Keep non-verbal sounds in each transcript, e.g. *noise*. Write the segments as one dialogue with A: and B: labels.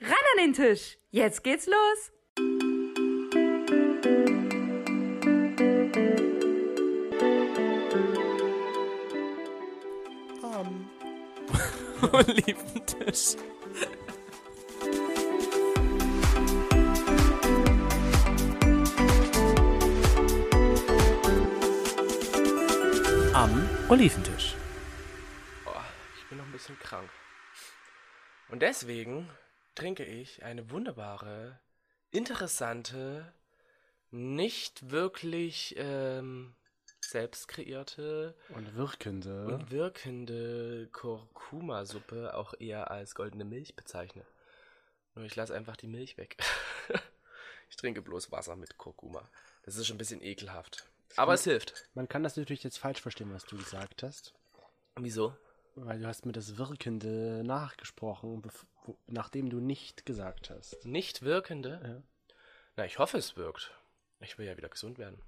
A: an den Tisch. Jetzt geht's los.
B: Oliventisch. Am Oliventisch.
C: Ich bin noch ein bisschen krank. Und deswegen trinke ich eine wunderbare, interessante, nicht wirklich ähm, selbst kreierte
D: Und wirkende.
C: und wirkende Kurkuma-Suppe auch eher als goldene Milch bezeichne. Nur ich lasse einfach die Milch weg. *laughs* ich trinke bloß Wasser mit Kurkuma. Das ist schon ein bisschen ekelhaft. Aber es hilft.
D: Man kann das natürlich jetzt falsch verstehen, was du gesagt hast.
C: Wieso?
D: Weil du hast mir das Wirkende nachgesprochen, bef- wo- nachdem du nicht gesagt hast.
C: Nicht wirkende?
D: Ja.
C: Na, ich hoffe, es wirkt. Ich will ja wieder gesund werden.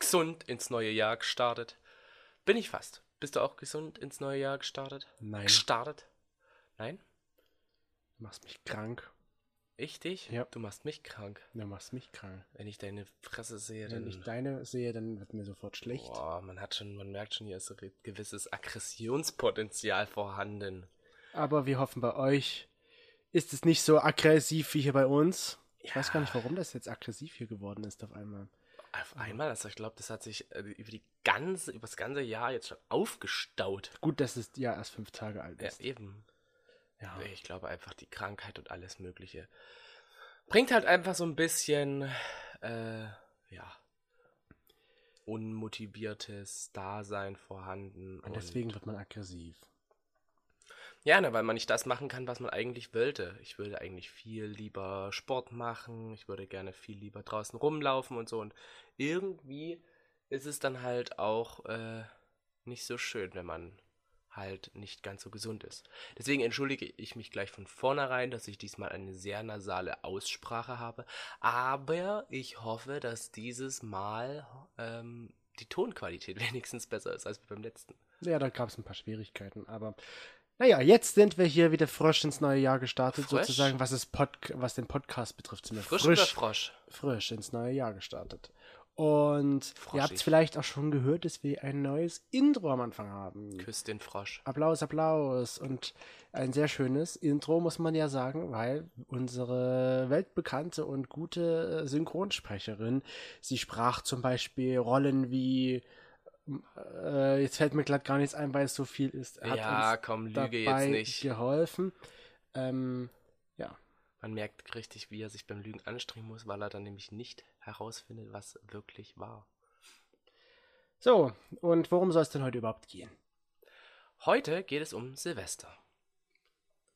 C: Gesund ins neue Jahr gestartet. Bin ich fast. Bist du auch gesund ins neue Jahr gestartet?
D: Nein, du
C: Gestartet? Nein?
D: machst mich krank.
C: Ich dich?
D: Ja.
C: Du machst mich krank.
D: Du machst mich krank.
C: Wenn ich deine Fresse sehe, dann.
D: Wenn ich deine sehe, dann wird mir sofort schlecht.
C: Boah, man hat schon, man merkt schon, hier ist ein re- gewisses Aggressionspotenzial vorhanden.
D: Aber wir hoffen, bei euch ist es nicht so aggressiv wie hier bei uns. Ich weiß gar nicht, warum das jetzt aggressiv hier geworden ist auf einmal.
C: Auf einmal, also ich glaube, das hat sich äh, über die ganze, über das ganze Jahr jetzt schon aufgestaut.
D: Gut, dass es ja erst fünf Tage alt
C: Ja,
D: ist.
C: eben.
D: Ja.
C: Äh, Ich glaube einfach die Krankheit und alles Mögliche. Bringt halt einfach so ein bisschen, äh, ja, unmotiviertes Dasein vorhanden.
D: Und deswegen wird man aggressiv.
C: Ja, na, weil man nicht das machen kann, was man eigentlich wollte. Ich würde eigentlich viel lieber Sport machen, ich würde gerne viel lieber draußen rumlaufen und so. Und irgendwie ist es dann halt auch äh, nicht so schön, wenn man halt nicht ganz so gesund ist. Deswegen entschuldige ich mich gleich von vornherein, dass ich diesmal eine sehr nasale Aussprache habe. Aber ich hoffe, dass dieses Mal ähm, die Tonqualität *laughs* wenigstens besser ist als beim letzten.
D: Ja, da gab es ein paar Schwierigkeiten, aber naja, jetzt sind wir hier wieder frisch ins neue Jahr gestartet,
C: Frisch?
D: sozusagen, was, es Pod was den Podcast betrifft. Sind wir
C: Frisch,
D: frisch,
C: oder Frosch?
D: frisch ins neue Jahr gestartet. Und ihr habt
C: Froschig.
D: es vielleicht auch schon gehört, dass wir ein neues Intro am Anfang haben.
C: Küss den Frosch.
D: Applaus, Applaus. Und ein sehr schönes Intro, muss man ja sagen, weil unsere weltbekannte und gute äh, Synchronsprecherin, sie sprach zum Beispiel Rollen wie, äh, jetzt fällt mir glatt gar nichts ein, weil es so viel ist. Hat
C: ja,
D: uns
C: komm,
D: dabei
C: lüge jetzt nicht.
D: geholfen. Ähm,
C: Man merkt richtig, wie er sich beim Lügen anstrengen muss, weil er dann nämlich nicht herausfindet, was wirklich war.
D: so, und worum soll es denn heute überhaupt gehen?
C: Heute geht es um Silvester.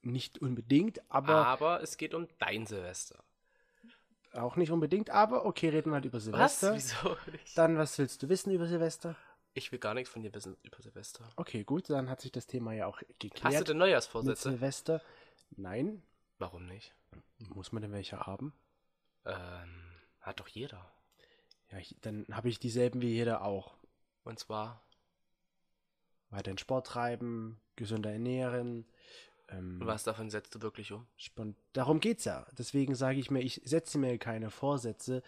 D: Nicht unbedingt, aber
C: Aber es geht um dein Silvester.
D: auch nicht unbedingt, aber okay, reden wir halt über Silvester.
C: Ah. Was? Wieso nicht?
D: Dann, was willst du wissen über Silvester?
C: Ich will gar nichts von dir wissen über Silvester.
D: Okay, gut, dann hat sich das Thema ja auch geklärt.
C: Hast du denn
D: mit
C: Neujahrsvorsätze?
D: Silvester? Nein.
C: Warum nicht?
D: Muss man denn welche haben?
C: Ähm, hat doch jeder.
D: Ja, ich, dann habe ich dieselben wie jeder auch.
C: Und zwar,
D: Weiterhin Sport treiben, gesünder ernähren. Ähm,
C: was davon setzt du wirklich um?
D: Spont Darum geht's ja. Deswegen sage ich mir, ich setze mir keine Vorsätze,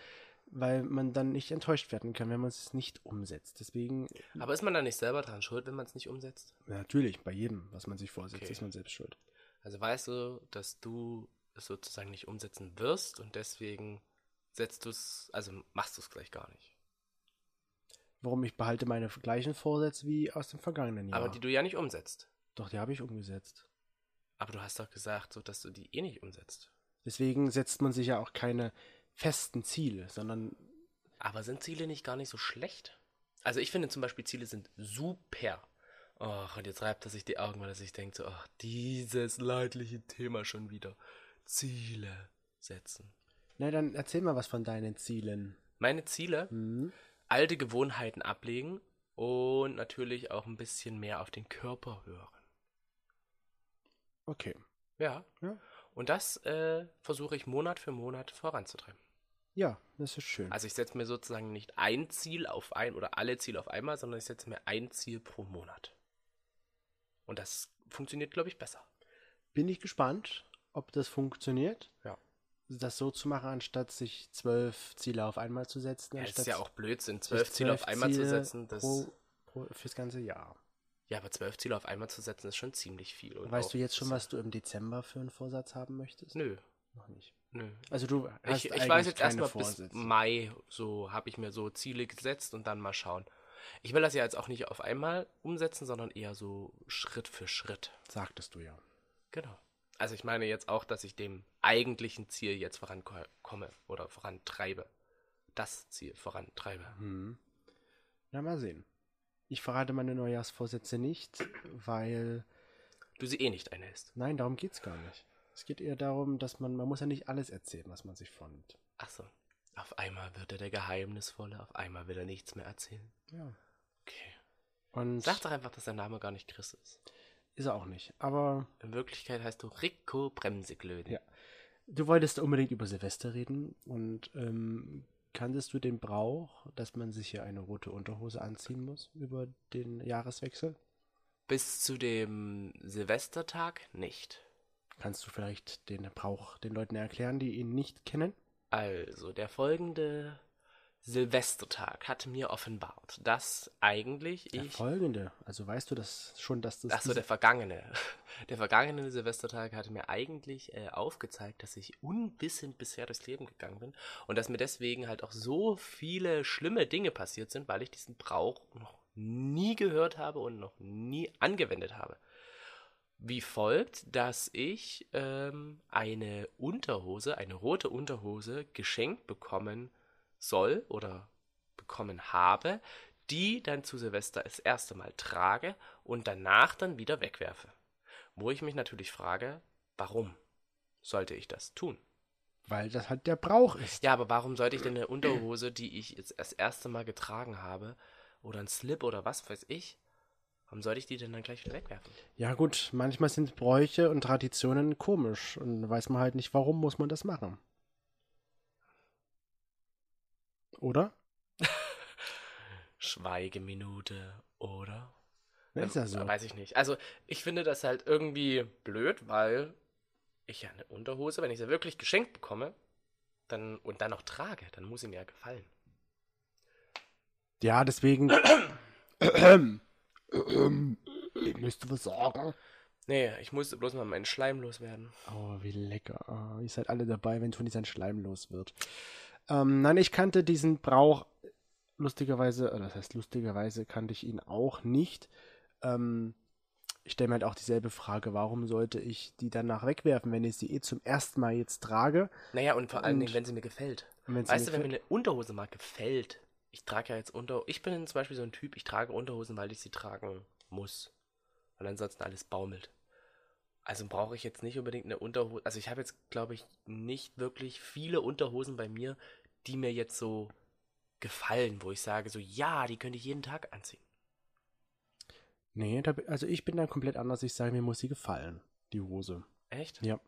D: weil man dann nicht enttäuscht werden kann, wenn man es nicht umsetzt. Deswegen,
C: Aber ist man da nicht selber dran schuld, wenn man es nicht umsetzt?
D: natürlich, bei jedem, was man sich vorsetzt,
C: Okay.
D: ist man selbst schuld.
C: Also weißt du, dass du es sozusagen nicht umsetzen wirst und deswegen setzt du es, also machst du es gleich gar nicht.
D: Warum ich behalte meine gleichen Vorsätze wie aus dem vergangenen Jahr.
C: Aber die du ja nicht umsetzt.
D: Doch, die habe ich umgesetzt.
C: Aber du hast doch gesagt, so dass du die eh nicht umsetzt.
D: Deswegen setzt man sich ja auch keine festen Ziele, sondern
C: Aber sind Ziele nicht gar nicht so schlecht? Also ich finde zum Beispiel Ziele sind super. Och, und jetzt reibt er sich die Augen, weil er sich denkt so, ach, dieses leidliche Thema schon wieder. Ziele setzen.
D: Na, dann erzähl mal was von deinen Zielen.
C: Meine Ziele,
D: Hm?
C: alte Gewohnheiten ablegen und natürlich auch ein bisschen mehr auf den Körper hören.
D: Okay.
C: Ja.
D: Ja.
C: Und das äh, versuche ich Monat für Monat voranzutreiben.
D: Ja, das ist schön.
C: Also ich setze mir sozusagen nicht ein Ziel auf ein oder alle Ziele auf einmal, sondern ich setze mir ein Ziel pro Monat. Und das funktioniert, glaube ich, besser.
D: Bin ich gespannt. ob das funktioniert.
C: Ja.
D: Das so zu machen, anstatt sich zwölf Ziele auf einmal zu setzen.
C: Ja, das
D: anstatt
C: ist ja auch Blödsinn,
D: sich
C: zwölf Ziele auf einmal zu
D: Ziele
C: setzen. Das,
D: Pro, pro, fürs ganze Jahr.
C: Ja, aber zwölf Ziele auf einmal zu setzen ist schon ziemlich viel. Und
D: weißt
C: auch-
D: du jetzt schon, was du im Dezember für einen Vorsatz haben möchtest?
C: Nö,
D: Noch nicht.
C: nö.
D: Also du hast
C: Ich, ich
D: eigentlich
C: weiß jetzt
D: keine
C: erstmal bis
D: Vorsätze.
C: Mai, so habe ich mir so Ziele gesetzt und dann mal schauen. Ich will das ja jetzt auch nicht auf einmal umsetzen, sondern eher so Schritt für Schritt.
D: Sagtest du ja.
C: Genau. Also ich meine jetzt auch, dass ich dem eigentlichen Ziel jetzt vorankomme oder vorantreibe. Das Ziel vorantreibe.
D: Hm. Na, mal sehen. Ich verrate meine Neujahrsvorsätze nicht, weil.
C: Du sie eh nicht einhältst.
D: Nein, darum geht's gar nicht. Es geht eher darum, dass man, man muss ja nicht alles erzählen, was man sich vornimmt.
C: Achso. Auf einmal wird er der Geheimnisvolle, auf einmal will er nichts mehr erzählen.
D: Ja.
C: Okay.
D: Und
C: Sag doch einfach, dass dein Name gar nicht Chris ist.
D: ist er auch nicht. Aber
C: In Wirklichkeit heißt du Rico Bremseglöden.
D: Ja. du wolltest unbedingt über Silvester reden und ähm, kanntest du den Brauch, dass man sich hier eine rote Unterhose anziehen muss über den Jahreswechsel?
C: Bis zu dem Silvestertag nicht.
D: Kannst du vielleicht den Brauch den Leuten erklären, die ihn nicht kennen?
C: Also, der folgende Silvestertag hat mir offenbart, dass eigentlich
D: Der
C: ich.
D: folgende. Also weißt du das schon, dass das.
C: Achso, der vergangene. *laughs* Der vergangene Silvestertag hatte mir eigentlich äh, aufgezeigt, dass ich unwissend bisher durchs Leben gegangen bin und dass mir deswegen halt auch so viele schlimme Dinge passiert sind, weil ich diesen Brauch noch nie gehört habe und noch nie angewendet habe. Wie folgt, dass ich ähm, eine Unterhose, eine rote Unterhose geschenkt bekommen soll oder bekommen habe, die dann zu Silvester das erste Mal trage und danach dann wieder wegwerfe. Wo ich mich natürlich frage, warum sollte ich das tun?
D: Weil das halt der Brauch ist.
C: Ja, aber warum sollte ich denn eine Unterhose, die ich jetzt das erste Mal getragen habe, oder ein Slip oder was weiß ich, warum sollte ich die denn dann gleich wieder wegwerfen?
D: Ja gut, manchmal sind Bräuche und Traditionen komisch und weiß man halt nicht, warum muss man das machen. Oder?
C: Schweigeminute, oder?
D: Ja, Ist ja so.
C: Weiß ich nicht. Also, ich finde das halt irgendwie blöd, weil ich ja eine Unterhose, wenn ich sie wirklich geschenkt bekomme, dann und dann noch trage, dann muss sie mir ja gefallen.
D: Ja, deswegen. *coughs* ich müsste was sagen.
C: Nee, ich musste bloß mal meinen Schleim loswerden.
D: Oh, wie lecker. Ah, ihr seid alle dabei, wenn Toni sein Schleim los wird. Ähm, nein, ich kannte diesen Brauch lustigerweise, oder das heißt lustigerweise kannte ich ihn auch nicht. Ähm, ich stelle mir halt auch dieselbe Frage, warum sollte ich die danach wegwerfen, wenn ich sie eh zum ersten Mal jetzt trage?
C: Naja, und vor allen
D: Und-
C: Dingen, wenn sie mir gefällt.
D: Und wenn sie
C: weißt
D: mir
C: du, wenn mir
D: gefällt-
C: eine Unterhose mal gefällt, ich trage ja jetzt Unter... Ich bin zum Beispiel so ein Typ, ich trage Unterhosen, weil ich sie tragen muss. Weil ansonsten alles baumelt. Also brauche ich jetzt nicht unbedingt eine Unterhose. Also ich habe jetzt, glaube ich, nicht wirklich viele Unterhosen bei mir, die mir jetzt so gefallen, wo ich sage, so ja, die könnte ich jeden Tag anziehen.
D: Nee, da, also ich bin da komplett anders. Ich sage, mir muss sie gefallen, die Hose.
C: Echt?
D: Ja.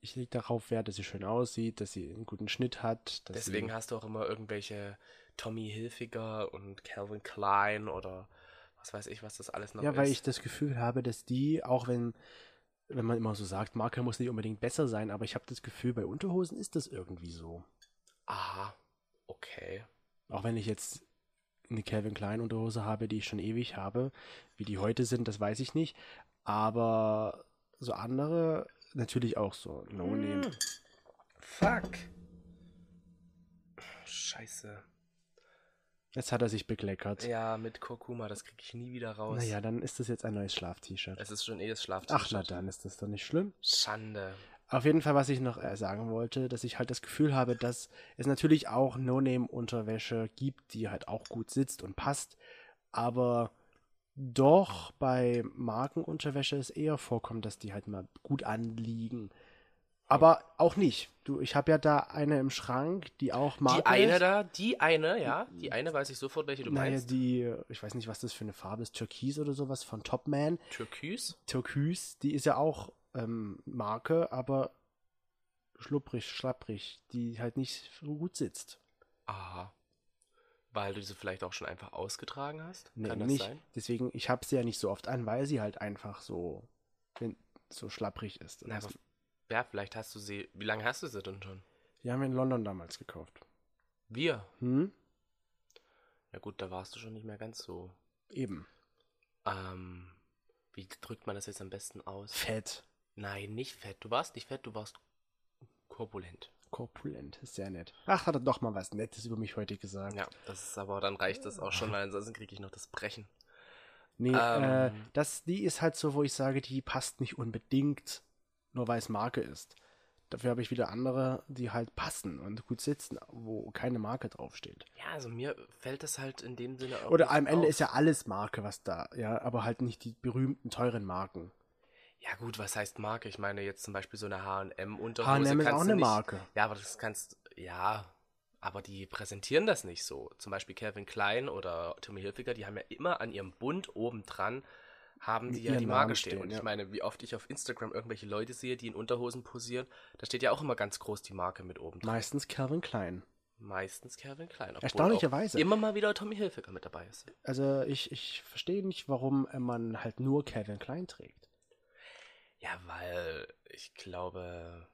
D: Ich lege darauf Wert, dass sie schön aussieht, dass sie einen guten Schnitt hat. Dass
C: Deswegen
D: sie,
C: hast du auch immer irgendwelche Tommy Hilfiger und Calvin Klein oder was weiß ich, was das alles noch
D: Ja,
C: ist.
D: weil ich das Gefühl habe, dass die, auch wenn, wenn man immer so sagt, Marke muss nicht unbedingt besser sein, aber ich habe das Gefühl, bei Unterhosen ist das irgendwie so.
C: Aha, okay.
D: Auch wenn ich jetzt eine Calvin Klein Unterhose habe, die ich schon ewig habe, wie die heute sind, das weiß ich nicht. Aber so andere natürlich auch so. No
C: Hm.
D: name.
C: Fuck. Scheiße.
D: Jetzt hat er sich bekleckert.
C: Ja, mit Kurkuma, das kriege ich nie wieder raus.
D: Naja, dann ist das jetzt ein neues Schlaf-T-Shirt.
C: Es ist schon eh das Schlafzimmer.
D: Ach, na dann ist das doch nicht schlimm.
C: Schande.
D: Auf jeden Fall, was ich noch äh, sagen wollte, dass ich halt das Gefühl habe, dass es natürlich auch No-Name-Unterwäsche gibt, die halt auch gut sitzt und passt, aber doch bei Markenunterwäsche es eher vorkommt, dass die halt mal gut anliegen. Aber auch nicht. Du, ich habe ja da eine im Schrank, die auch Marken
C: Die eine
D: ist.
C: da, die eine, ja, die eine weiß ich sofort, welche du
D: Naja,
C: meinst.
D: die, ich weiß nicht, was das für eine Farbe ist, Türkis oder sowas von Topman.
C: Türkis?
D: Türkis, die ist ja auch ähm, Marke, aber schlupprig, schlapprig, die halt nicht so gut sitzt.
C: Aha. Weil du sie vielleicht auch schon einfach ausgetragen hast?
D: Nee,
C: Kann das
D: nicht.
C: sein?
D: Deswegen, ich habe sie ja nicht so oft an, weil sie halt einfach so, wenn, so schlapprig ist.
C: Na, aber
D: Also,
C: Ja, vielleicht hast du sie. Wie lange hast du sie denn schon?
D: Die haben wir in London damals gekauft.
C: Wir.
D: Hm?
C: Ja gut, da warst du schon nicht mehr ganz so.
D: Eben.
C: Ähm, wie drückt man das jetzt am besten aus?
D: Fett.
C: Nein, nicht fett. Du warst nicht fett, du warst korpulent.
D: Korpulent. Ist sehr nett. Ach, hat er doch mal was Nettes über mich heute gesagt.
C: Ja, das ist aber, dann reicht das auch schon, weil ansonsten kriege ich noch das Brechen.
D: Nee, äh,
C: Ähm.
D: das, die ist halt so, wo ich sage, die passt nicht unbedingt, nur weil es Marke ist. Dafür habe ich wieder andere, die halt passen und gut sitzen, wo keine Marke draufsteht.
C: Ja, also mir fällt das halt in dem Sinne auch
D: Oder
C: nicht
D: am Ende
C: auf.
D: ist ja alles Marke, was da, ja, aber halt nicht die berühmten teuren Marken.
C: Ja gut, was heißt Marke? Ich meine jetzt zum Beispiel so eine H&M-Unterhose.
D: H&M ist
C: kannst
D: auch
C: du
D: eine
C: nicht-
D: Marke.
C: Ja, aber das kannst, ja, aber die präsentieren das nicht so. Zum Beispiel Calvin Klein oder Tommy Hilfiger, die haben ja immer an ihrem Bund oben dran, haben die
D: Mit
C: ja die
D: ihren
C: Marke
D: Namen
C: stehen.
D: stehen,
C: Und
D: ja.
C: ich meine, wie oft ich auf Instagram irgendwelche Leute sehe, die in Unterhosen posieren, da steht ja auch immer ganz groß die Marke mit oben dran.
D: Meistens Calvin Klein.
C: Meistens Calvin Klein. obwohl
D: Erstaunlicherweise.
C: Auch immer mal wieder Tommy Hilfiger mit dabei ist.
D: Also ich, ich verstehe nicht, warum äh, man halt nur Calvin Klein trägt.
C: Ja, weil ich glaube,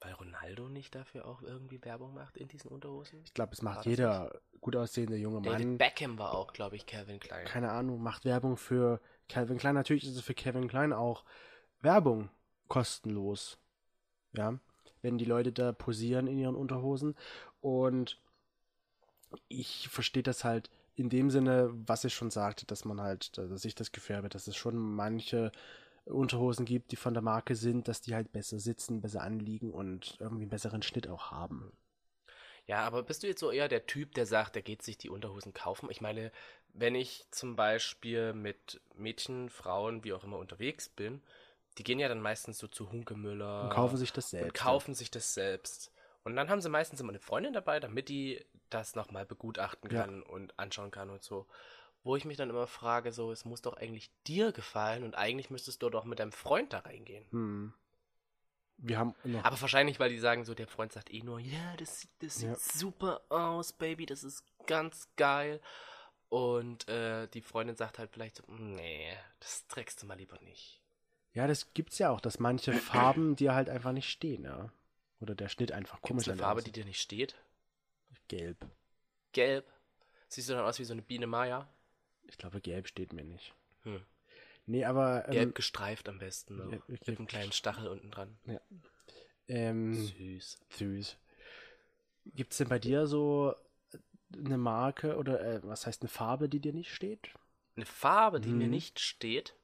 C: weil Ronaldo nicht dafür auch irgendwie Werbung macht in diesen Unterhosen.
D: Ich glaube, es
C: War
D: macht
C: Ah, das
D: jeder gut aussehende junge
C: David
D: Mann.
C: Beckham war auch, glaube ich, Calvin Klein.
D: Keine Ahnung, macht Werbung für Calvin Klein. Natürlich ist es für Calvin Klein auch Werbung kostenlos. Ja, wenn die Leute da posieren in ihren Unterhosen. Und ich verstehe das halt in dem Sinne, was ich schon sagte, dass man halt, dass ich das Gefühl habe, dass es schon manche Unterhosen gibt, die von der Marke sind, dass die halt besser sitzen, besser anliegen und irgendwie einen besseren Schnitt auch haben.
C: Ja, aber bist du jetzt so eher der Typ, der sagt, der geht sich die Unterhosen kaufen? Ich meine, wenn ich zum Beispiel mit Mädchen, Frauen, wie auch immer unterwegs bin, die gehen ja dann meistens so zu Hunkemüller
D: Und kaufen sich das selbst.
C: Ah. und kaufen sich das selbst. Und dann haben sie meistens immer eine Freundin dabei, damit die das nochmal begutachten
D: Ja.
C: kann und anschauen kann und so. Wo ich mich dann immer frage, so, es muss doch eigentlich dir gefallen und eigentlich müsstest du doch mit deinem Freund da reingehen.
D: Hm. Wir haben noch
C: Aber wahrscheinlich, weil die sagen so, der Freund sagt eh nur, ja, das sieht, das sieht
D: Ja.
C: super aus, Baby, das ist ganz geil. Und äh, die Freundin sagt halt vielleicht so, nee, das trägst du mal lieber nicht.
D: Ja, das gibt's ja auch, dass manche Farben dir halt einfach nicht stehen, ja. Oder der Schnitt einfach
C: Gibt's
D: komisch
C: eine
D: dann
C: Farbe, die
D: aussieht.
C: dir nicht steht?
D: Gelb.
C: Gelb. Siehst du dann aus wie so eine Biene Maya?
D: Ich glaube, gelb steht mir nicht.
C: Hm.
D: Nee, aber
C: Gelb
D: ähm,
C: gestreift am besten. Ne?
D: ja,
C: Mit
D: gelb
C: einem kleinen
D: gestreift.
C: Stachel unten dran.
D: ähm,
C: Süß.
D: süß. Gibt's denn bei dir so eine Marke oder äh, was heißt eine Farbe, die dir nicht steht?
C: Eine Farbe, die mir
D: Mhm.
C: nicht steht?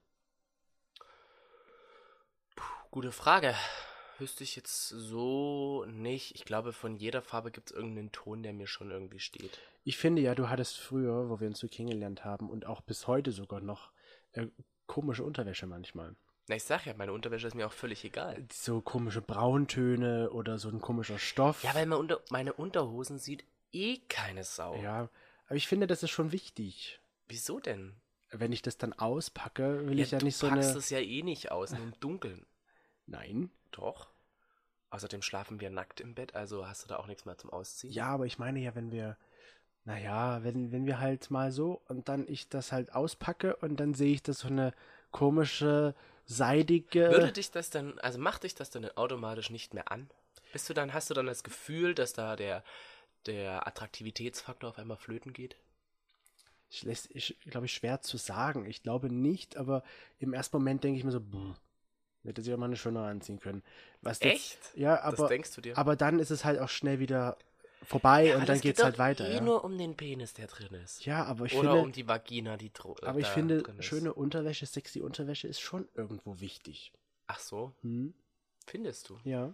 C: Puh, gute Frage. Wüsste ich jetzt so nicht. Ich glaube, von jeder Farbe gibt es irgendeinen Ton, der mir schon irgendwie steht.
D: Ich finde ja, du hattest früher, wo wir uns so kennengelernt haben und auch bis heute sogar noch äh, komische Unterwäsche manchmal.
C: Na, ich sag ja, meine Unterwäsche ist mir auch völlig egal.
D: So komische Brauntöne oder so ein komischer Stoff.
C: Ja, weil meine, Unter meine Unterhosen sieht eh keine Sau.
D: ja, aber ich finde, das ist schon wichtig.
C: Wieso denn?
D: wenn ich das dann auspacke, will ich ja
C: du
D: nicht so
C: packst
D: eine.
C: es ja eh nicht aus, nur im Dunkeln.
D: Nein.
C: Doch. Außerdem schlafen wir nackt im Bett, also hast du da auch nichts mehr zum Ausziehen.
D: Ja, aber ich meine ja, wenn wir, naja, wenn, wenn wir halt mal so und dann ich das halt auspacke und dann sehe ich das so eine komische, seidige.
C: Würde dich das dann, also macht dich das dann automatisch nicht mehr an? Bist du dann, hast du dann das Gefühl, dass da der, der Attraktivitätsfaktor auf einmal flöten geht?
D: ich lässt, ich glaube, ich schwer zu sagen. Ich glaube nicht, aber im ersten Moment denke ich mir so, buh, hätte sich auch mal eine schöne anziehen können. Was das-
C: Echt?
D: Ja,
C: das
D: aber,
C: denkst du dir?
D: aber dann ist es halt auch schnell wieder vorbei
C: Aber
D: und dann
C: das
D: geht's
C: doch
D: halt weiter.
C: Eh
D: ja.
C: nur um den Penis, der drin ist.
D: ja, aber ich
C: Oder
D: finde.
C: um die Vagina, die dro- äh,
D: Aber ich
C: da
D: finde,
C: drin ist.
D: schöne Unterwäsche, sexy Unterwäsche ist schon irgendwo wichtig.
C: Ach so,
D: Hm?
C: findest du?
D: Ja.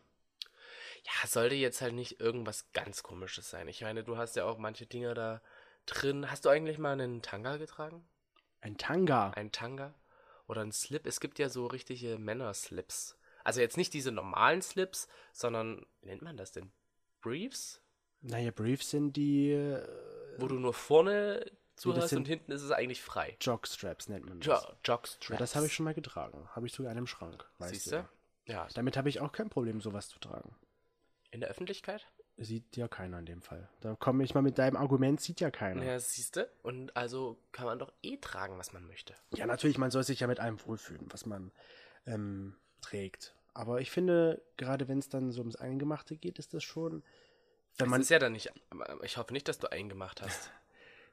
C: Ja, sollte jetzt halt nicht irgendwas ganz Komisches sein. Ich meine, du hast ja auch manche Dinger da drin. Hast du eigentlich mal einen Tanga getragen?
D: Ein Tanga.
C: ein Tanga oder ein Slip. Es gibt ja so richtige Männer-Slips. Also jetzt nicht diese normalen Slips, sondern, wie nennt man das denn? Briefs?
D: Naja, Briefs sind die äh,
C: Wo du nur vorne zu
D: das
C: hast
D: sind-
C: und hinten ist es eigentlich frei.
D: Jogstraps nennt man das.
C: Jo Jockstraps.
D: Ja, das habe ich schon mal getragen. Habe ich sogar in einem Schrank. Weißt
C: Siehst
D: du?
C: du?
D: ja.
C: Ja,
D: Damit habe ich auch kein Problem, sowas zu tragen.
C: in der Öffentlichkeit?
D: Sieht ja keiner in dem Fall. Da komme ich mal mit deinem Argument, sieht ja keiner. Ja,
C: Ja, siehst du? Und also kann man doch eh tragen, was man möchte.
D: natürlich, man soll sich ja mit allem wohlfühlen, was man ähm, trägt. Aber ich finde, gerade wenn es dann so ums Eingemachte geht, ist das schon, wenn
C: Das
D: man,
C: ist ja dann nicht. Ich hoffe nicht, dass du eingemacht hast.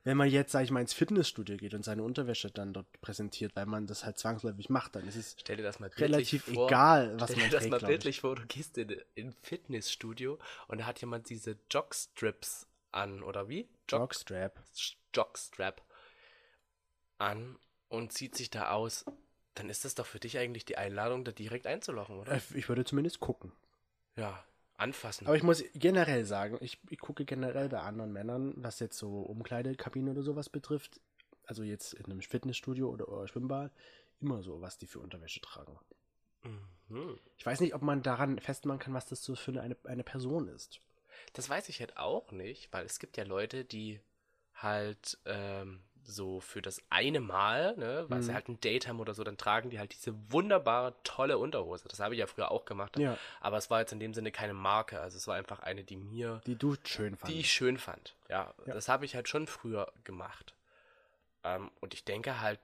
D: wenn man jetzt, sag ich mal, ins Fitnessstudio geht und seine Unterwäsche dann dort präsentiert, weil man das halt zwangsläufig macht, dann ist es
C: Stell dir das mal bildlich
D: relativ
C: vor.
D: egal, was
C: Stell dir
D: man
C: das
D: trägt,
C: mal
D: glaub ich.
C: bildlich vor, du gehst in in ein Fitnessstudio und da hat jemand diese Jogstrips an, oder wie? Jog-
D: Jockstrap.
C: Jockstrap an und zieht sich da aus. Dann ist das doch für dich eigentlich die Einladung, da direkt einzulochen, oder?
D: Äh, Ich würde zumindest gucken.
C: Ja, anfassen.
D: Aber ich muss generell sagen, ich, ich gucke generell bei anderen Männern, was jetzt so Umkleidekabine oder sowas betrifft, also jetzt in einem Fitnessstudio oder, oder Schwimmbad, immer so, was die für Unterwäsche tragen.
C: Mhm.
D: Ich weiß nicht, ob man daran festmachen kann, was das so für eine, eine Person ist.
C: Das weiß ich halt auch nicht, weil es gibt ja Leute, die halt ähm, so für das eine Mal, ne, weil sie
D: Mhm.
C: halt ein Date haben oder so, dann tragen die halt diese wunderbare, tolle Unterhose. Das habe ich ja früher auch gemacht.
D: Ja.
C: Aber es war jetzt in dem Sinne keine Marke. Also es war einfach eine, die mir,
D: Die du
C: die
D: schön
C: ich
D: fandest.
C: schön fand. Ja,
D: Ja.
C: das habe ich halt schon früher gemacht. Ähm, und ich denke halt,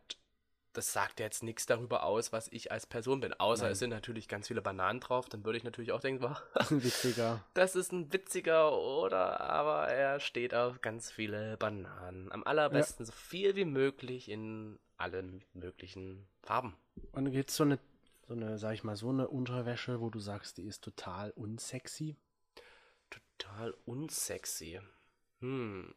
C: das sagt ja jetzt nichts darüber aus, was ich als Person bin. Außer
D: Nein.
C: es sind natürlich ganz viele Bananen drauf, dann würde ich natürlich auch denken, wow,
D: *laughs* Witziger.
C: *laughs* das ist ein witziger oder, aber er steht auf ganz viele Bananen. Am allerbesten so viel wie möglich in allen möglichen Farben.
D: Und gibt es so eine, so eine, sag ich mal, so eine Unterwäsche, wo du sagst, die ist total unsexy?
C: Total unsexy. Hm.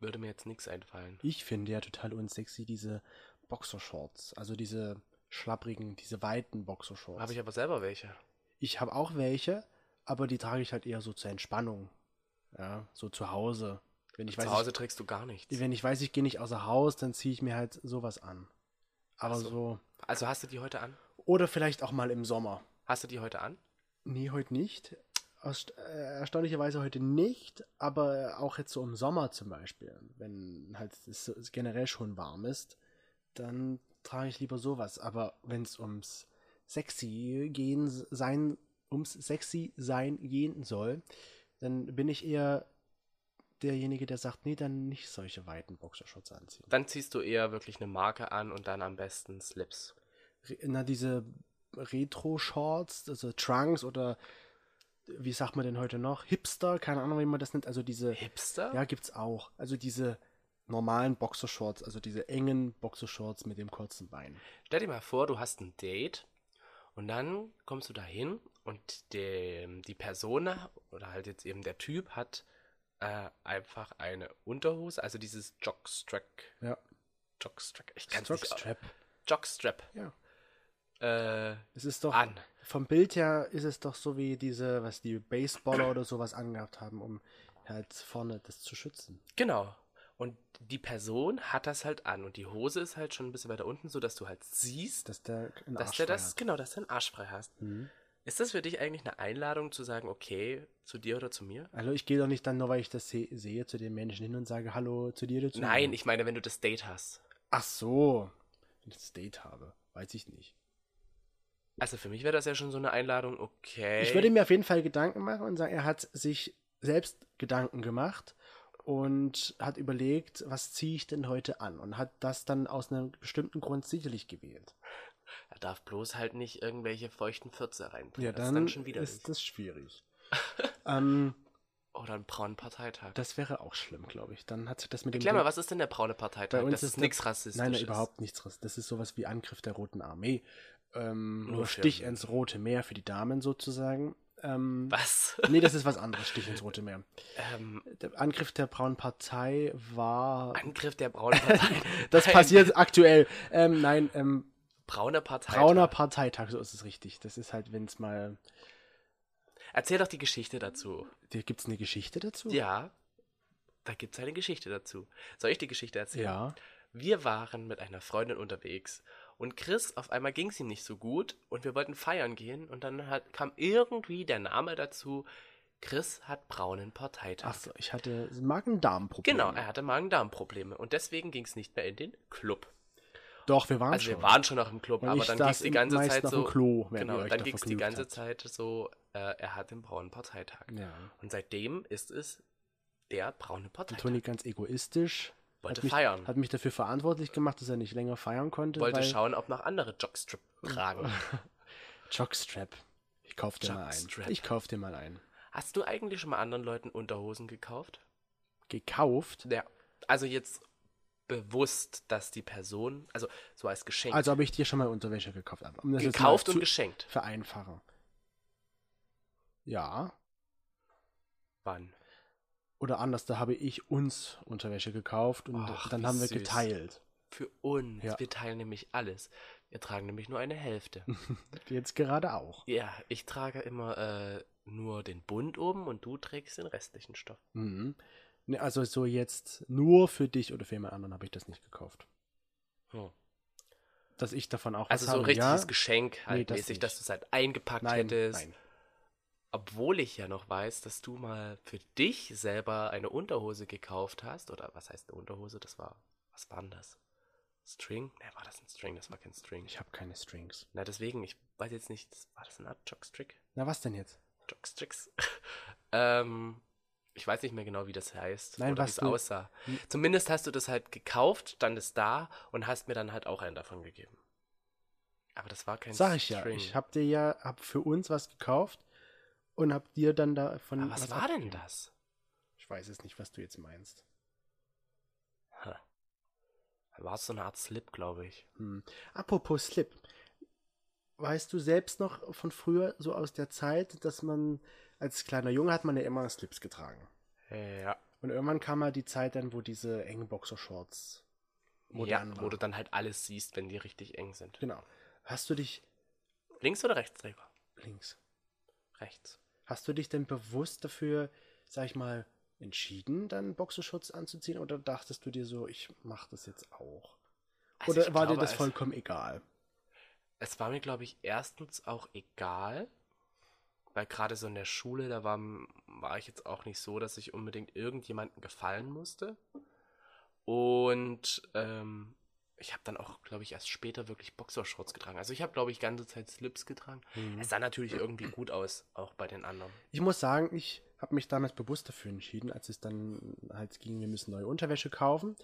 C: Würde mir jetzt nichts einfallen.
D: Ich finde ja total unsexy diese Boxershorts, also diese schlapprigen, diese weiten Boxershorts.
C: Habe ich aber selber welche.
D: Ich habe auch welche, aber die trage ich halt eher so zur Entspannung. Ja, so zu Hause. Wenn ich, weiß,
C: Zu Hause trägst du gar nichts.
D: ich, wenn ich weiß, ich gehe nicht außer Haus, dann ziehe ich mir halt sowas an. Aber
C: Ach
D: so.
C: so. Also hast du die heute an?
D: Oder vielleicht auch mal im Sommer.
C: Hast du die heute an?
D: Nee, heute nicht. Aus, äh, erstaunlicherweise heute nicht, aber auch jetzt so im Sommer zum Beispiel, wenn halt es so- es generell schon warm ist, dann trage ich lieber sowas. Aber wenn es ums sexy gehen s- sein, ums sexy sein gehen soll, dann bin ich eher derjenige, der sagt, nee, dann nicht solche weiten Boxershorts anziehen.
C: Dann ziehst du eher wirklich eine Marke an und dann am besten Slips.
D: Re- na, diese Retro-Shorts, also Trunks oder wie sagt man denn heute noch? Hipster, keine Ahnung, wie man das nennt. Also diese,
C: Hipster?
D: ja, gibt's auch. Also diese normalen Boxershorts, also diese engen Boxershorts mit dem kurzen Bein.
C: Stell dir mal vor, du hast ein Date und dann kommst du dahin und die, die Persona oder halt jetzt eben der Typ hat äh, einfach eine Unterhose, also dieses Jockstrap.
D: Ja.
C: Jockstrap. Ich kann es nicht. au-
D: Jockstrap.
C: Jockstrap.
D: Ja. Oh.
C: Äh,
D: Es ist doch,
C: an.
D: vom Bild her ist es doch so wie diese, was die Baseballer oder sowas angehabt haben, um halt vorne das zu schützen.
C: Genau. Und die Person hat das halt an und die Hose ist halt schon ein bisschen weiter unten, sodass du halt siehst,
D: Dass der einen
C: dass
D: Arsch
C: der
D: frei
C: das,
D: hat.
C: genau, dass du einen Arsch frei hast.
D: Mhm.
C: Ist das für dich eigentlich eine Einladung zu sagen, okay, zu dir oder zu mir?
D: Also ich gehe doch nicht dann nur, weil ich das se sehe, zu den Menschen hin und sage Hallo zu dir. oder Zu
C: Nein,
D: mir.
C: ich meine, wenn du das Date hast.
D: Ach so. Wenn ich das Date habe, weiß ich nicht.
C: Also für mich wäre das ja schon so eine Einladung, okay.
D: Ich würde mir auf jeden Fall Gedanken machen und sagen, er hat sich selbst Gedanken gemacht und hat überlegt, was ziehe ich denn heute an und hat das dann aus einem bestimmten Grund sicherlich gewählt.
C: er darf bloß halt nicht irgendwelche feuchten Fürze reinbringen.
D: Ja,
C: das
D: dann,
C: ist dann schon wieder.
D: ist das
C: *laughs*
D: schwierig. *laughs* ähm,
C: Oder einen braunen Parteitag.
D: das wäre auch schlimm, glaube ich. Dann hat sich das mit dem
C: Erklär mal,
D: Ding-
C: was ist denn der braune Parteitag?
D: Bei uns
C: das
D: ist
C: ist
D: ne-
C: nichts Rassistisches.
D: Nein, nein, überhaupt nichts. Rass- Das ist sowas wie Angriff der Roten Armee. Ähm,
C: Nur
D: nur
C: für-
D: Stich ins Rote Meer für die Damen sozusagen. Ähm,
C: Was?
D: Nee, das ist was anderes, Stich ins Rote Meer.
C: ähm,
D: Der Angriff der Braunen Partei war.
C: Angriff der braunen Partei.
D: *laughs* Das
C: Nein,
D: passiert aktuell. Ähm, nein, ähm,
C: Brauner Partei.
D: Brauner Parteitag, so ist es richtig. Das ist halt, wenn es mal.
C: Erzähl doch die Geschichte dazu.
D: Gibt es eine Geschichte dazu?
C: Ja. Da gibt es eine Geschichte dazu. Soll ich die Geschichte erzählen?
D: Ja.
C: Wir waren mit einer Freundin unterwegs und Chris, auf einmal ging es ihm nicht so gut und wir wollten feiern gehen und dann hat, kam irgendwie der Name dazu, Chris hat braunen Parteitag.
D: Achso, ich hatte Magen-Darm-Problem.
C: Genau, er hatte Magen-Darm-Probleme und deswegen ging es nicht mehr in den Club.
D: Doch, wir waren
C: Also
D: schon.
C: wir waren schon noch im Club,
D: Und
C: aber
D: ich
C: dann ging
D: saß
C: es die
D: im-
C: ganze
D: meist
C: Zeit
D: auf dem
C: so.
D: Klo, wenn ihr
C: genau,
D: euch
C: dann
D: da
C: ging es die
D: vergnügt
C: ganze
D: habt.
C: Zeit so, äh, er hat den braunen Parteitag.
D: ja.
C: Und seitdem ist es der braune
D: Und
C: Parteitag.
D: Toni ganz egoistisch.
C: Wollte
D: hat mich,
C: feiern.
D: Hat mich dafür verantwortlich gemacht, dass er nicht länger feiern konnte.
C: Wollte
D: weil *laughs*
C: schauen, ob noch andere Jockstrip tragen.
D: Jockstrap. Ich kauf dir mal einen.
C: Jockstrap.
D: Ich kauf dir mal einen.
C: Hast du eigentlich schon mal anderen Leuten Unterhosen gekauft?
D: Gekauft?
C: Ja. Also jetzt bewusst, dass die Person, also so als Geschenk,
D: Also ob ich dir schon mal Unterwäsche gekauft habe. Um das jetzt mal
C: gekauft und
D: zu
C: geschenkt.
D: vereinfachen. Ja.
C: Wann?
D: Oder anders, da habe ich uns Unterwäsche gekauft und
C: Ach,
D: dann
C: wie
D: haben wir
C: süß.
D: geteilt.
C: Für uns.
D: Ja.
C: Wir teilen nämlich alles. Wir tragen nämlich nur eine
D: *laughs*
C: Hälfte.
D: Jetzt gerade auch.
C: ja, ich trage immer äh, nur den Bund oben und du trägst den restlichen Stoff.
D: Mhm. Ne, Also so jetzt nur für dich oder für jemand anderen habe ich das nicht gekauft.
C: Hm.
D: Dass ich davon auch
C: Also
D: was
C: so ein
D: habe,
C: richtiges
D: ja?
C: Geschenk halt
D: Nee, das
C: mäßig,
D: nicht.
C: dass du es halt eingepackt
D: Nein,
C: hättest.
D: nein.
C: Obwohl ich ja noch weiß, dass du mal für dich selber eine Unterhose gekauft hast. Oder was heißt eine Unterhose? Das war, was war denn das? String? Ne, war das ein String? Das war kein String.
D: Ich habe keine Strings.
C: Na, deswegen, ich weiß jetzt nicht, war das eine Art Jockstrick?
D: Na, was denn jetzt?
C: Jockstricks. *laughs* ähm, ich weiß nicht mehr genau, wie das heißt
D: Nein,
C: oder wie
D: was
C: es
D: du-
C: aussah. Zumindest hast du das halt gekauft, stand es da und hast mir dann halt auch einen davon gegeben. Aber das war kein
D: Sag ich ja.
C: String.
D: Ich habe dir ja hab für uns was gekauft und habe dir dann davon.
C: Aber was, war denn
D: abgegeben.
C: das?
D: Ich weiß es nicht, was du jetzt meinst.
C: War es so eine Art Slip, glaube ich.
D: Hm. Apropos Slip. Weißt du selbst noch von früher, so aus der Zeit, dass man als kleiner Junge hat man ja immer Slips getragen.
C: Ja.
D: Und irgendwann kam mal die Zeit dann, wo diese engen Boxershorts modern
C: ja,
D: ja,
C: wo du
D: waren.
C: dann halt alles siehst, wenn die richtig eng sind.
D: Genau. Hast du dich
C: Links oder Rechtsträger?
D: links?
C: Rechts.
D: Hast du dich denn bewusst dafür, sag ich mal, entschieden, dann Boxershorts anzuziehen oder dachtest du dir so, ich mach das jetzt auch?
C: Also
D: oder
C: ich
D: war
C: glaube,
D: dir das
C: es-
D: vollkommen egal?
C: Es war mir, glaube ich, erstens auch egal, weil gerade so in der Schule, da war, war ich jetzt auch nicht so, dass ich unbedingt irgendjemandem gefallen musste. Und ähm, ich habe dann auch, glaube ich, erst später wirklich Boxershorts getragen. Also ich habe, glaube ich, ganze Zeit Slips getragen.
D: Mhm. Hm.
C: Es sah natürlich irgendwie gut aus, auch bei den anderen.
D: Ich muss sagen, ich habe mich damals bewusst dafür entschieden, als es dann halt ging, wir müssen neue Unterwäsche kaufen.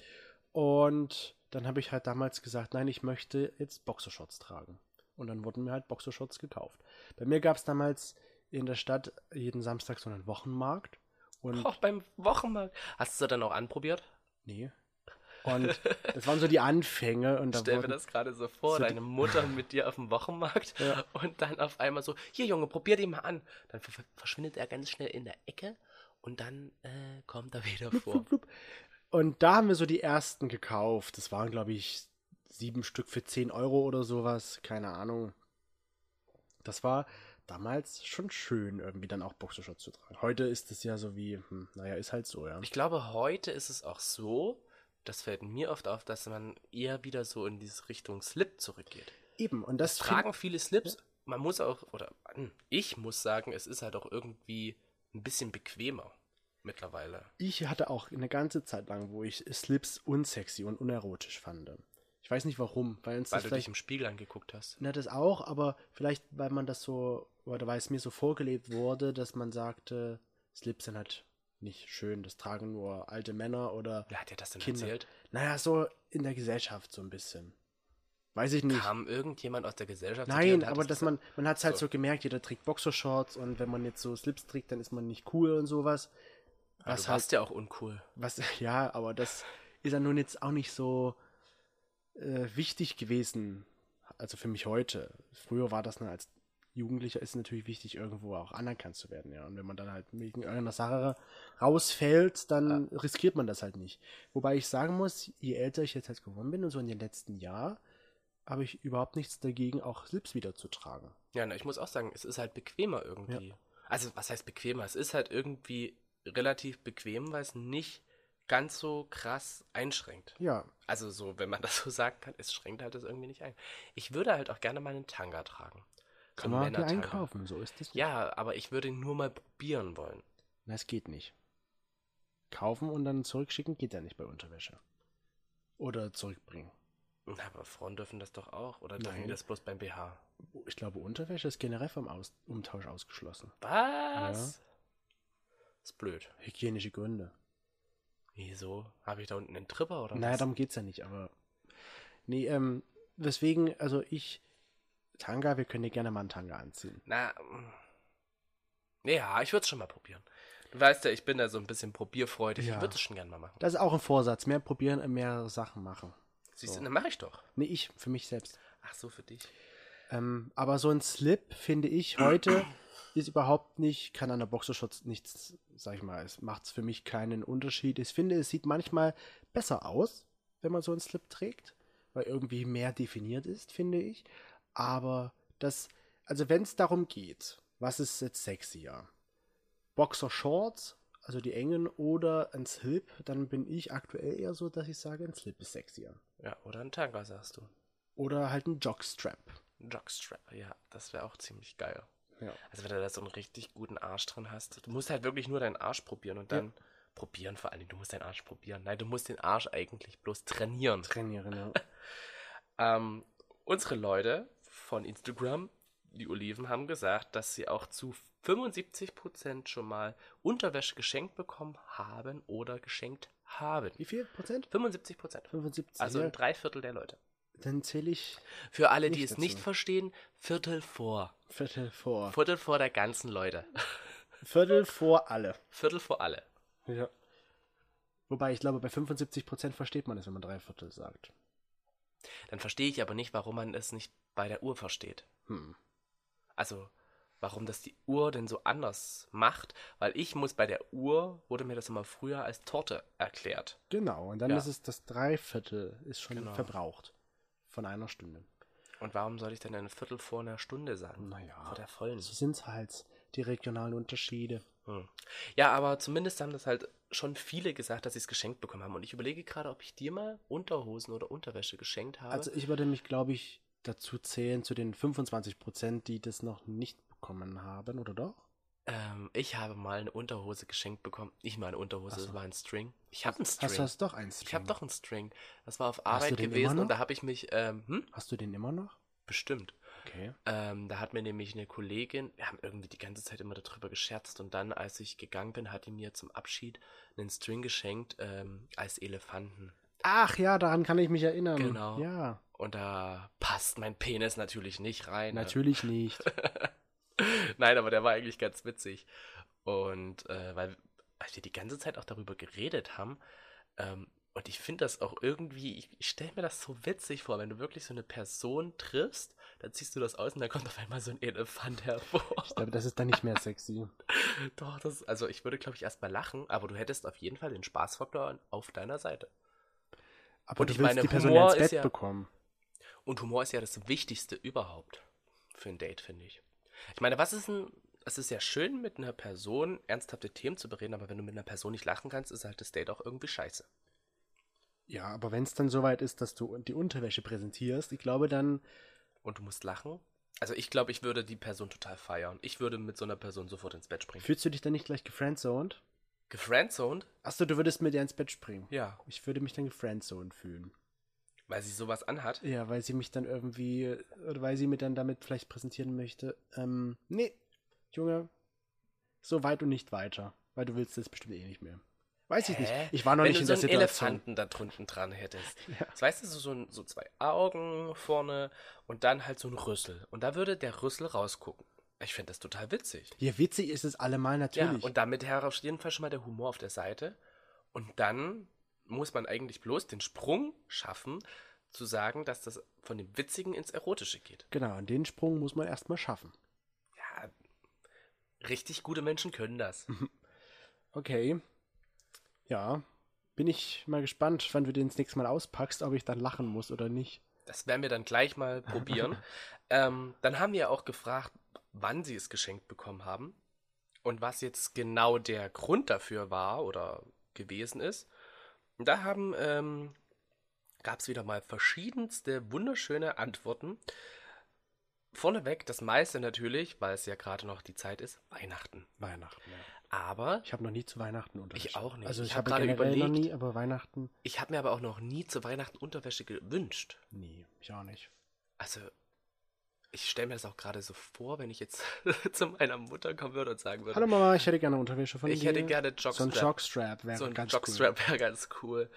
D: Und dann habe ich halt damals gesagt, nein, ich möchte jetzt Boxershorts tragen. Und dann wurden mir halt Boxershorts gekauft. Bei mir gab es damals in der Stadt jeden Samstag so einen Wochenmarkt. Und
C: Auch beim Wochenmarkt. Hast du das dann auch anprobiert?
D: Nee. Und das waren so die Anfänge und da
C: Stell mir
D: wurden,
C: das gerade so vor,
D: so die-
C: deine Mutter mit dir auf dem Wochenmarkt
D: Ja.
C: und dann auf einmal so, hier Junge, probier den mal an. Dann ver verschwindet er ganz schnell in der Ecke und dann äh, kommt er
D: *laughs*
C: wieder vor.
D: Und da haben wir so die ersten gekauft. Das waren, glaube ich, sieben Stück für 10 Euro oder sowas. Keine Ahnung. Das war damals schon schön, irgendwie dann auch Boxershorts zu tragen. Heute ist es ja so wie, hm, naja, ist halt so, ja.
C: Ich glaube, heute ist es auch so, das fällt mir oft auf, dass man eher wieder so in diese Richtung Slip zurückgeht.
D: Eben, und
C: Das
D: das
C: tragen viele Slips. Man muss auch, oder hm, ich muss sagen, es ist halt auch irgendwie ein bisschen bequemer mittlerweile.
D: Ich hatte auch eine ganze Zeit lang, wo ich Slips unsexy und unerotisch fand. Ich weiß nicht warum, weil uns
C: Weil
D: das
C: du
D: vielleicht
C: dich im Spiegel angeguckt hast.
D: Na, das auch, aber vielleicht, weil man das so, oder weil es mir so vorgelebt wurde, dass man sagte, Slips sind halt nicht schön, das tragen nur alte Männer oder,
C: Wer hat dir das denn
D: Kinder.
C: erzählt?
D: naja, so in der Gesellschaft so ein bisschen. Weiß ich nicht.
C: Kam irgendjemand aus der Gesellschaft? zu dir
D: Nein,
C: und hat
D: aber dass man, man hat es halt
C: so.
D: so gemerkt, jeder trägt Boxershorts und wenn man jetzt so Slips trägt, dann ist man nicht cool und sowas.
C: Ja,
D: Was
C: du warst ja auch uncool.
D: Was, *laughs* ja, aber das ist ja nun jetzt auch nicht so äh, wichtig gewesen. Also für mich heute. Früher war das dann als Jugendlicher ist natürlich wichtig, irgendwo auch anerkannt zu werden, ja. Und wenn man dann halt wegen irgendeiner Sache rausfällt, dann riskiert man das halt nicht. Wobei ich sagen muss, je älter ich jetzt halt geworden bin und so in den letzten Jahr, habe ich überhaupt nichts dagegen, auch Slips wieder zu tragen.
C: Ja, na, ich muss auch sagen, es ist halt bequemer irgendwie. Also, was heißt bequemer? Es ist halt irgendwie relativ bequem, weil es nicht ganz so krass einschränkt.
D: Ja,
C: Also, so, wenn man *laughs* das so sagen kann, es schränkt halt das irgendwie nicht ein. Ich würde halt auch gerne mal einen Tanga tragen. So
D: kann
C: einen
D: man auch hier
C: Männertanga.
D: einkaufen, so ist das. nicht.
C: Ja, aber ich würde ihn nur mal probieren wollen.
D: Na, es geht nicht. Kaufen und dann zurückschicken geht ja nicht bei Unterwäsche. Oder zurückbringen.
C: Na, Aber Frauen dürfen das doch auch. Oder dürfen
D: Nein.
C: die das bloß beim BH?
D: Ich glaube, Unterwäsche ist generell vom Aus Umtausch ausgeschlossen.
C: Was? Ist blöd.
D: Hygienische Gründe.
C: Wieso? Habe ich da unten einen Tripper oder
D: naja,
C: was?
D: darum geht's ja nicht, aber. Nee, ähm, weswegen, also ich Tanga, wir können dir gerne mal einen Tanga anziehen.
C: Na, mm. ja, ich würde es schon mal probieren. Du weißt ja, ich bin da so ein bisschen probierfreudig.
D: Ja.
C: Ich würde es schon gerne mal machen.
D: Das ist auch ein Vorsatz. Mehr probieren, äh, mehrere Sachen machen.
C: Siehst du, dann mache ich doch.
D: Nee, ich, für mich selbst.
C: Ach so, für dich.
D: Ähm, aber so ein Slip, finde ich, heute ist überhaupt nicht, kann an der Boxershorts nichts, sag ich mal, es macht für mich keinen Unterschied. Ich finde, es sieht manchmal besser aus, wenn man so einen Slip trägt, weil irgendwie mehr definiert ist, finde ich. Aber das, also wenn es darum geht, was ist jetzt sexier? Boxershorts, also die engen, oder ein Slip, dann bin ich aktuell eher so, dass ich sage, ein Slip ist sexier.
C: Ja, oder ein Tanga, sagst du.
D: Oder halt ein Jockstrap.
C: Ein Jockstrap, ja, das wäre auch ziemlich geil.
D: Ja.
C: Also wenn du da so einen richtig guten Arsch drin hast, du musst halt wirklich nur deinen Arsch probieren und
D: Ja.
C: dann probieren vor allen Dingen, du musst deinen Arsch probieren. Nein, du musst den Arsch eigentlich bloß trainieren.
D: Trainieren, ja.
C: Ähm, unsere Leute von Instagram, die Oliven, haben gesagt, dass sie auch zu 75% schon mal Unterwäsche geschenkt bekommen haben oder geschenkt haben.
D: Wie viel Prozent?
C: 75%.
D: 75.
C: Also
D: ja.
C: ein Dreiviertel der Leute.
D: ne? Dann zähle ich
C: Für alle, die
D: Nicht
C: es nicht
D: dazu.
C: verstehen, Viertel vor.
D: Viertel vor.
C: Viertel vor der ganzen Leute. *laughs*
D: Viertel vor alle.
C: Viertel vor alle.
D: Ja. Wobei, ich glaube, bei 75% versteht man es, wenn man drei Viertel sagt.
C: Dann verstehe ich aber nicht, warum man es nicht bei der Uhr versteht.
D: Hm.
C: Also, warum das die Uhr denn so anders macht, weil ich muss bei der Uhr, wurde mir das immer früher als Torte erklärt.
D: Genau, und dann
C: Ja.
D: ist es das Dreiviertel ist schon
C: Genau.
D: verbraucht. Von einer Stunde.
C: Und warum soll ich denn ein Viertel vor einer Stunde sagen?
D: Naja.
C: Vor der vollen.
D: So sind es halt, die regionalen Unterschiede.
C: Hm. Ja, aber zumindest haben das halt schon viele gesagt, dass sie es geschenkt bekommen haben. Und ich überlege gerade, ob ich dir mal Unterhosen oder Unterwäsche geschenkt habe.
D: Also ich würde mich, glaube ich, dazu zählen, zu den 25%, die das noch nicht bekommen haben, oder doch?
C: ähm, ich habe mal eine Unterhose geschenkt bekommen. Nicht mal eine Unterhose,
D: Ach so.
C: es war ein String. Ich habe einen String.
D: Hast du hast doch eins.
C: ich habe doch einen String. Das war auf
D: du
C: Arbeit
D: den immer
C: gewesen
D: noch?
C: und da habe ich mich, ähm, hm?
D: Hast du den immer noch?
C: Bestimmt.
D: Okay.
C: Ähm, da hat mir nämlich eine Kollegin, wir haben irgendwie die ganze Zeit immer darüber gescherzt und dann, als ich gegangen bin, hat die mir zum Abschied einen String geschenkt ähm, als Elefanten.
D: Ach ja, daran kann ich mich erinnern.
C: Genau.
D: Ja.
C: Und da passt mein Penis natürlich nicht rein. ne?
D: Natürlich nicht.
C: *laughs* Nein, aber der war eigentlich ganz witzig. Und äh, weil, als wir die ganze Zeit auch darüber geredet haben, ähm, und ich finde das auch irgendwie, ich, ich stelle mir das so witzig vor, wenn du wirklich so eine Person triffst, dann ziehst du das aus und dann kommt auf einmal so ein Elefant hervor.
D: Ich glaube, das ist dann nicht mehr sexy.
C: Doch, das, also ich würde, glaube ich, erstmal lachen, aber du hättest auf jeden Fall den Spaßfaktor auf deiner Seite.
D: Aber
C: Und
D: du
C: ich
D: willst
C: meine,
D: die Person
C: Humor
D: ins
C: ist
D: Bett
C: ja-
D: bekommen.
C: Und Humor ist ja das Wichtigste überhaupt für ein Date, finde ich. Ich meine, was ist ein. Es ist ja schön, mit einer Person ernsthafte Themen zu bereden, aber wenn du mit einer Person nicht lachen kannst, ist halt das Date auch irgendwie scheiße.
D: Ja, aber wenn es dann soweit ist, dass du die Unterwäsche präsentierst, ich glaube dann,
C: Und du musst lachen. Also ich glaube, ich würde die Person total feiern. Ich würde mit so einer Person sofort ins Bett springen.
D: fühlst du dich dann nicht gleich gefriendzoned?
C: Gefriendzoned?
D: Achso, du würdest mit ihr ins Bett springen.
C: Ja.
D: Ich würde mich dann gefriendzoned fühlen.
C: Weil sie sowas anhat.
D: Ja, weil sie mich dann irgendwie, oder weil sie mir dann damit vielleicht präsentieren möchte, ähm, nee, Junge, so weit und nicht weiter, weil du willst das bestimmt eh nicht mehr. Weiß ich
C: Hä?
D: nicht. Ich war noch
C: Wenn
D: nicht
C: du
D: in
C: so
D: der
C: einen
D: Situation.
C: Elefanten da drunten dran hättest.
D: Ja.
C: Das weißt du, so, so, ein- so zwei Augen vorne und dann halt so ein Rüssel. Und da würde der Rüssel rausgucken. Ich finde das total witzig.
D: Ja, witzig ist es allemal natürlich.
C: Ja, und damit her auf jeden Fall schon mal der Humor auf der Seite. Und dann muss man eigentlich bloß den Sprung schaffen, zu sagen, dass das von dem Witzigen ins Erotische geht.
D: genau, und den Sprung muss man erstmal schaffen.
C: Ja, richtig gute Menschen können das.
D: Okay. Ja. Bin ich mal gespannt, wann du den das nächste Mal auspackst, ob ich dann lachen muss oder nicht.
C: Das werden wir dann gleich mal probieren. ähm, dann haben wir auch gefragt, wann sie es geschenkt bekommen haben und was jetzt genau der Grund dafür war oder gewesen ist. Und da haben ähm, gab es wieder mal verschiedenste wunderschöne Antworten. Vorneweg das meiste natürlich, weil es ja gerade noch die Zeit ist, Weihnachten.
D: Weihnachten, ja.
C: Aber
D: Ich habe noch nie zu Weihnachten Unterwäsche.
C: Ich auch nicht.
D: Also ich,
C: Ich hab
D: habe
C: gerade
D: generell noch
C: überlegt.
D: nie, aber Weihnachten
C: ich habe mir aber auch noch nie zu Weihnachten Unterwäsche gewünscht.
D: nie. Ich auch nicht.
C: Also, ich stelle mir das auch gerade so vor, wenn ich jetzt *laughs* zu meiner Mutter kommen würde und sagen würde,
D: Hallo Mama, ich hätte gerne Unterwäsche von
C: ich
D: dir.
C: hätte gerne Jockstrap.
D: So ein Jockstrap wäre
C: So ein
D: ganz
C: Jockstrap wäre ganz cool.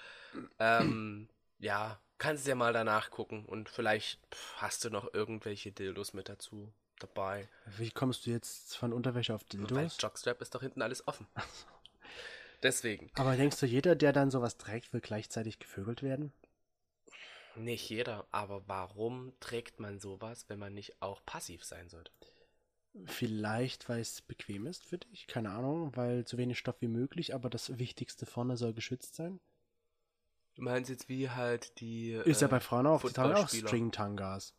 C: Ähm, ja, Kannst ja mal danach gucken und vielleicht pff, hast du noch irgendwelche Dildos mit dazu dabei.
D: Wie kommst du jetzt von Unterwäsche auf
C: Weil
D: Dildos?
C: Jockstrap ist doch hinten alles offen. Deswegen.
D: Aber denkst du, jeder, der dann sowas trägt, will gleichzeitig gevögelt werden?
C: Nicht jeder, aber warum trägt man sowas, wenn man nicht auch passiv sein sollte?
D: Vielleicht, weil es bequem ist für dich, keine Ahnung, weil so wenig Stoff wie möglich, aber das Wichtigste vorne soll geschützt sein.
C: Du meinst jetzt wie halt die.
D: Ist ja
C: äh,
D: bei Frauen auch total auch
C: Footballspieler.
D: String-Tangas.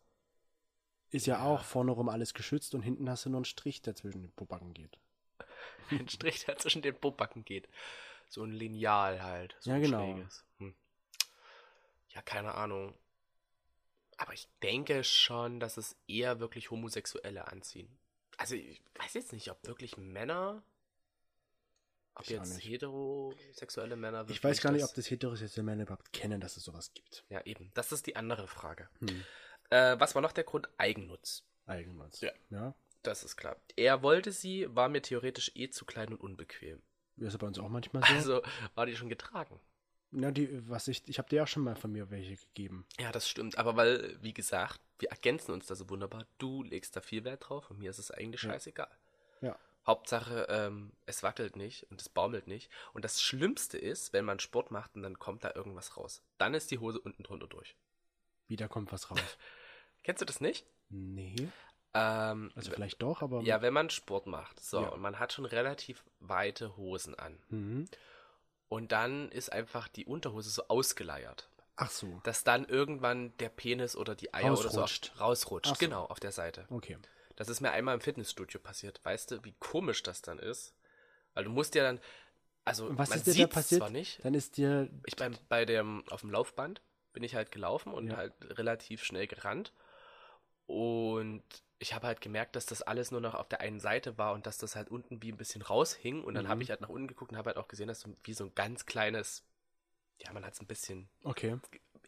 D: Ist ja,
C: Ja.
D: auch vorne rum alles geschützt und hinten hast du nur einen Strich, der zwischen den Pobacken geht.
C: *laughs* Ein Strich, der zwischen den Pobacken geht. So ein Lineal halt. So
D: Ja,
C: ein
D: genau.
C: schräges. Hm. Ja, keine Ahnung. Aber ich denke schon, dass es eher wirklich Homosexuelle anziehen. Also, ich weiß jetzt nicht, ob wirklich Männer. Ob
D: Ich auch
C: jetzt
D: nicht.
C: heterosexuelle Männer.
D: Ich
C: wirklich
D: weiß gar nicht,
C: das-
D: ob das heterosexuelle Männer überhaupt kennen, dass es sowas gibt.
C: Ja, eben. Das ist die andere Frage.
D: Hm.
C: Äh, was war noch der Grund? Eigennutz.
D: Eigennutz.
C: Ja.
D: ja.
C: Das ist klar. Er wollte sie, war mir theoretisch eh zu klein und unbequem.
D: Ist ja bei uns auch manchmal so.
C: Also war die schon getragen.
D: Na, die, was ich, ich habe dir ja schon mal von mir welche gegeben.
C: Ja, das stimmt. Aber weil, wie gesagt, wir ergänzen uns da so wunderbar. Du legst da viel Wert drauf und mir ist es eigentlich
D: Ja.
C: scheißegal.
D: Ja.
C: Hauptsache, ähm, es wackelt nicht und es baumelt nicht. Und das Schlimmste ist, wenn man Sport macht und dann kommt da irgendwas raus. Dann ist die Hose unten drunter durch.
D: Wieder kommt was
C: *laughs*
D: raus.
C: Kennst du das nicht?
D: nee.
C: Ähm,
D: Also vielleicht doch, aber.
C: ja, wenn man Sport macht. So,
D: Ja.
C: und man hat schon relativ weite Hosen an.
D: Mhm.
C: Und dann ist einfach die Unterhose so ausgeleiert,
D: Ach so.
C: dass dann irgendwann der Penis oder die Eier oder
D: Rausrutscht.
C: so auf, rausrutscht.
D: Ach so.
C: Genau, auf der Seite.
D: Okay.
C: Das ist mir einmal im Fitnessstudio passiert. Weißt du, wie komisch das dann ist? Weil du musst ja dann, also
D: Und was
C: man
D: ist dir da
C: sieht's
D: passiert?
C: zwar nicht.
D: Dann ist dir.
C: Ich beim, bei dem, auf dem Laufband bin ich halt gelaufen und
D: Ja.
C: halt relativ schnell gerannt. Und ich habe halt gemerkt, dass das alles nur noch auf der einen Seite war und dass das halt unten wie ein bisschen raushing. Und dann
D: Mhm.
C: habe ich halt nach unten geguckt und habe halt auch gesehen, dass so wie so ein ganz kleines, ja, man hat es ein bisschen,
D: Okay.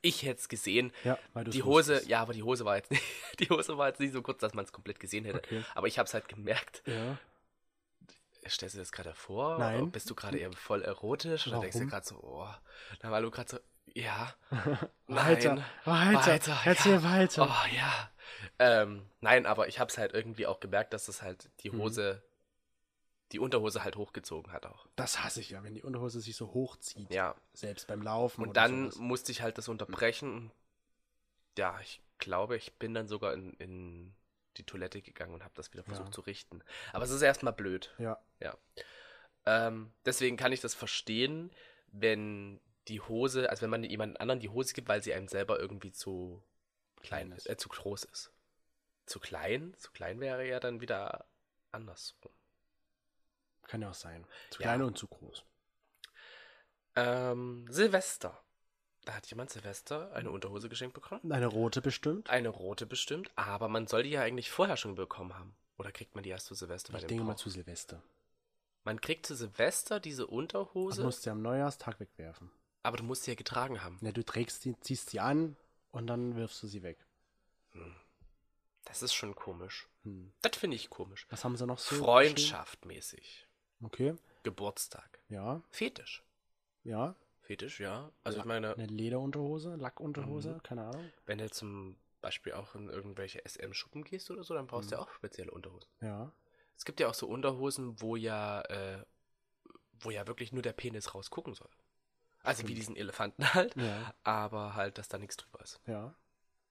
C: ich hätte es gesehen.
D: Ja, weil du
C: Die Hose, ja, aber die Hose war jetzt *laughs* nicht, die Hose war jetzt nicht so kurz, dass man es komplett gesehen hätte.
D: Okay.
C: Aber ich habe es halt gemerkt.
D: Ja.
C: Stellst du dir das gerade vor?
D: Nein.
C: Bist du gerade eher voll erotisch? Oder denkst du
D: Warum?
C: gerade so, oh, na, weil du gerade so, ja,
D: Weiter,
C: nein,
D: weiter,
C: weiter,
D: erzähl
C: ja.
D: weiter.
C: oh ja. Ähm, nein, aber ich hab's halt irgendwie auch gemerkt, dass das halt die
D: Mhm.
C: Hose, die Unterhose halt hochgezogen hat auch.
D: Das hasse ich ja, wenn die Unterhose sich so hochzieht.
C: Ja.
D: Selbst beim Laufen.
C: Und
D: oder
C: dann
D: sowas.
C: musste ich halt das unterbrechen. und Ja, ich glaube, ich bin dann sogar in, in die Toilette gegangen und habe das wieder versucht
D: Ja.
C: zu richten. Aber es ist erstmal blöd.
D: Ja.
C: Ähm, deswegen kann ich das verstehen, wenn die Hose, also wenn man jemand anderen die Hose gibt, weil sie einem selber irgendwie zu klein ist, äh, zu groß ist. Zu klein? Zu klein wäre ja dann wieder andersrum.
D: Kann ja auch sein. Zu
C: Ja.
D: klein und zu groß.
C: Ähm, Silvester. Da hat jemand Silvester eine Unterhose geschenkt bekommen.
D: Eine rote bestimmt.
C: Eine rote bestimmt, aber man soll die ja eigentlich vorher schon bekommen haben. Oder kriegt man die erst zu Silvester bei
D: Ich
C: dem
D: denke mal
C: Brauch?
D: zu Silvester.
C: Man kriegt zu Silvester diese
D: Das
C: Unterhose,
D: musst du ja am Neujahrstag wegwerfen.
C: aber du musst sie ja getragen haben.
D: Ja, du trägst die, ziehst sie an und dann wirfst du sie weg.
C: Das ist schon komisch.
D: Hm.
C: Das finde ich komisch.
D: Was haben sie noch so?
C: Freundschaftmäßig.
D: geschrieben? Okay.
C: Geburtstag.
D: Ja,
C: Fetisch.
D: ja.
C: Fetisch, ja. Also ich
D: Eine
C: meine,
D: Lederunterhose, Lackunterhose,
C: Mhm.
D: keine Ahnung.
C: wenn du zum Beispiel auch in irgendwelche SM-Schuppen gehst oder so, dann brauchst
D: Mhm.
C: du ja auch spezielle Unterhosen.
D: Ja.
C: Es gibt ja auch so Unterhosen, wo ja, äh, wo ja wirklich nur der Penis rausgucken soll. Also wie
D: Stimmt.
C: diesen Elefanten *laughs* halt,
D: Ja,
C: aber halt, dass da nichts drüber ist.
D: ja.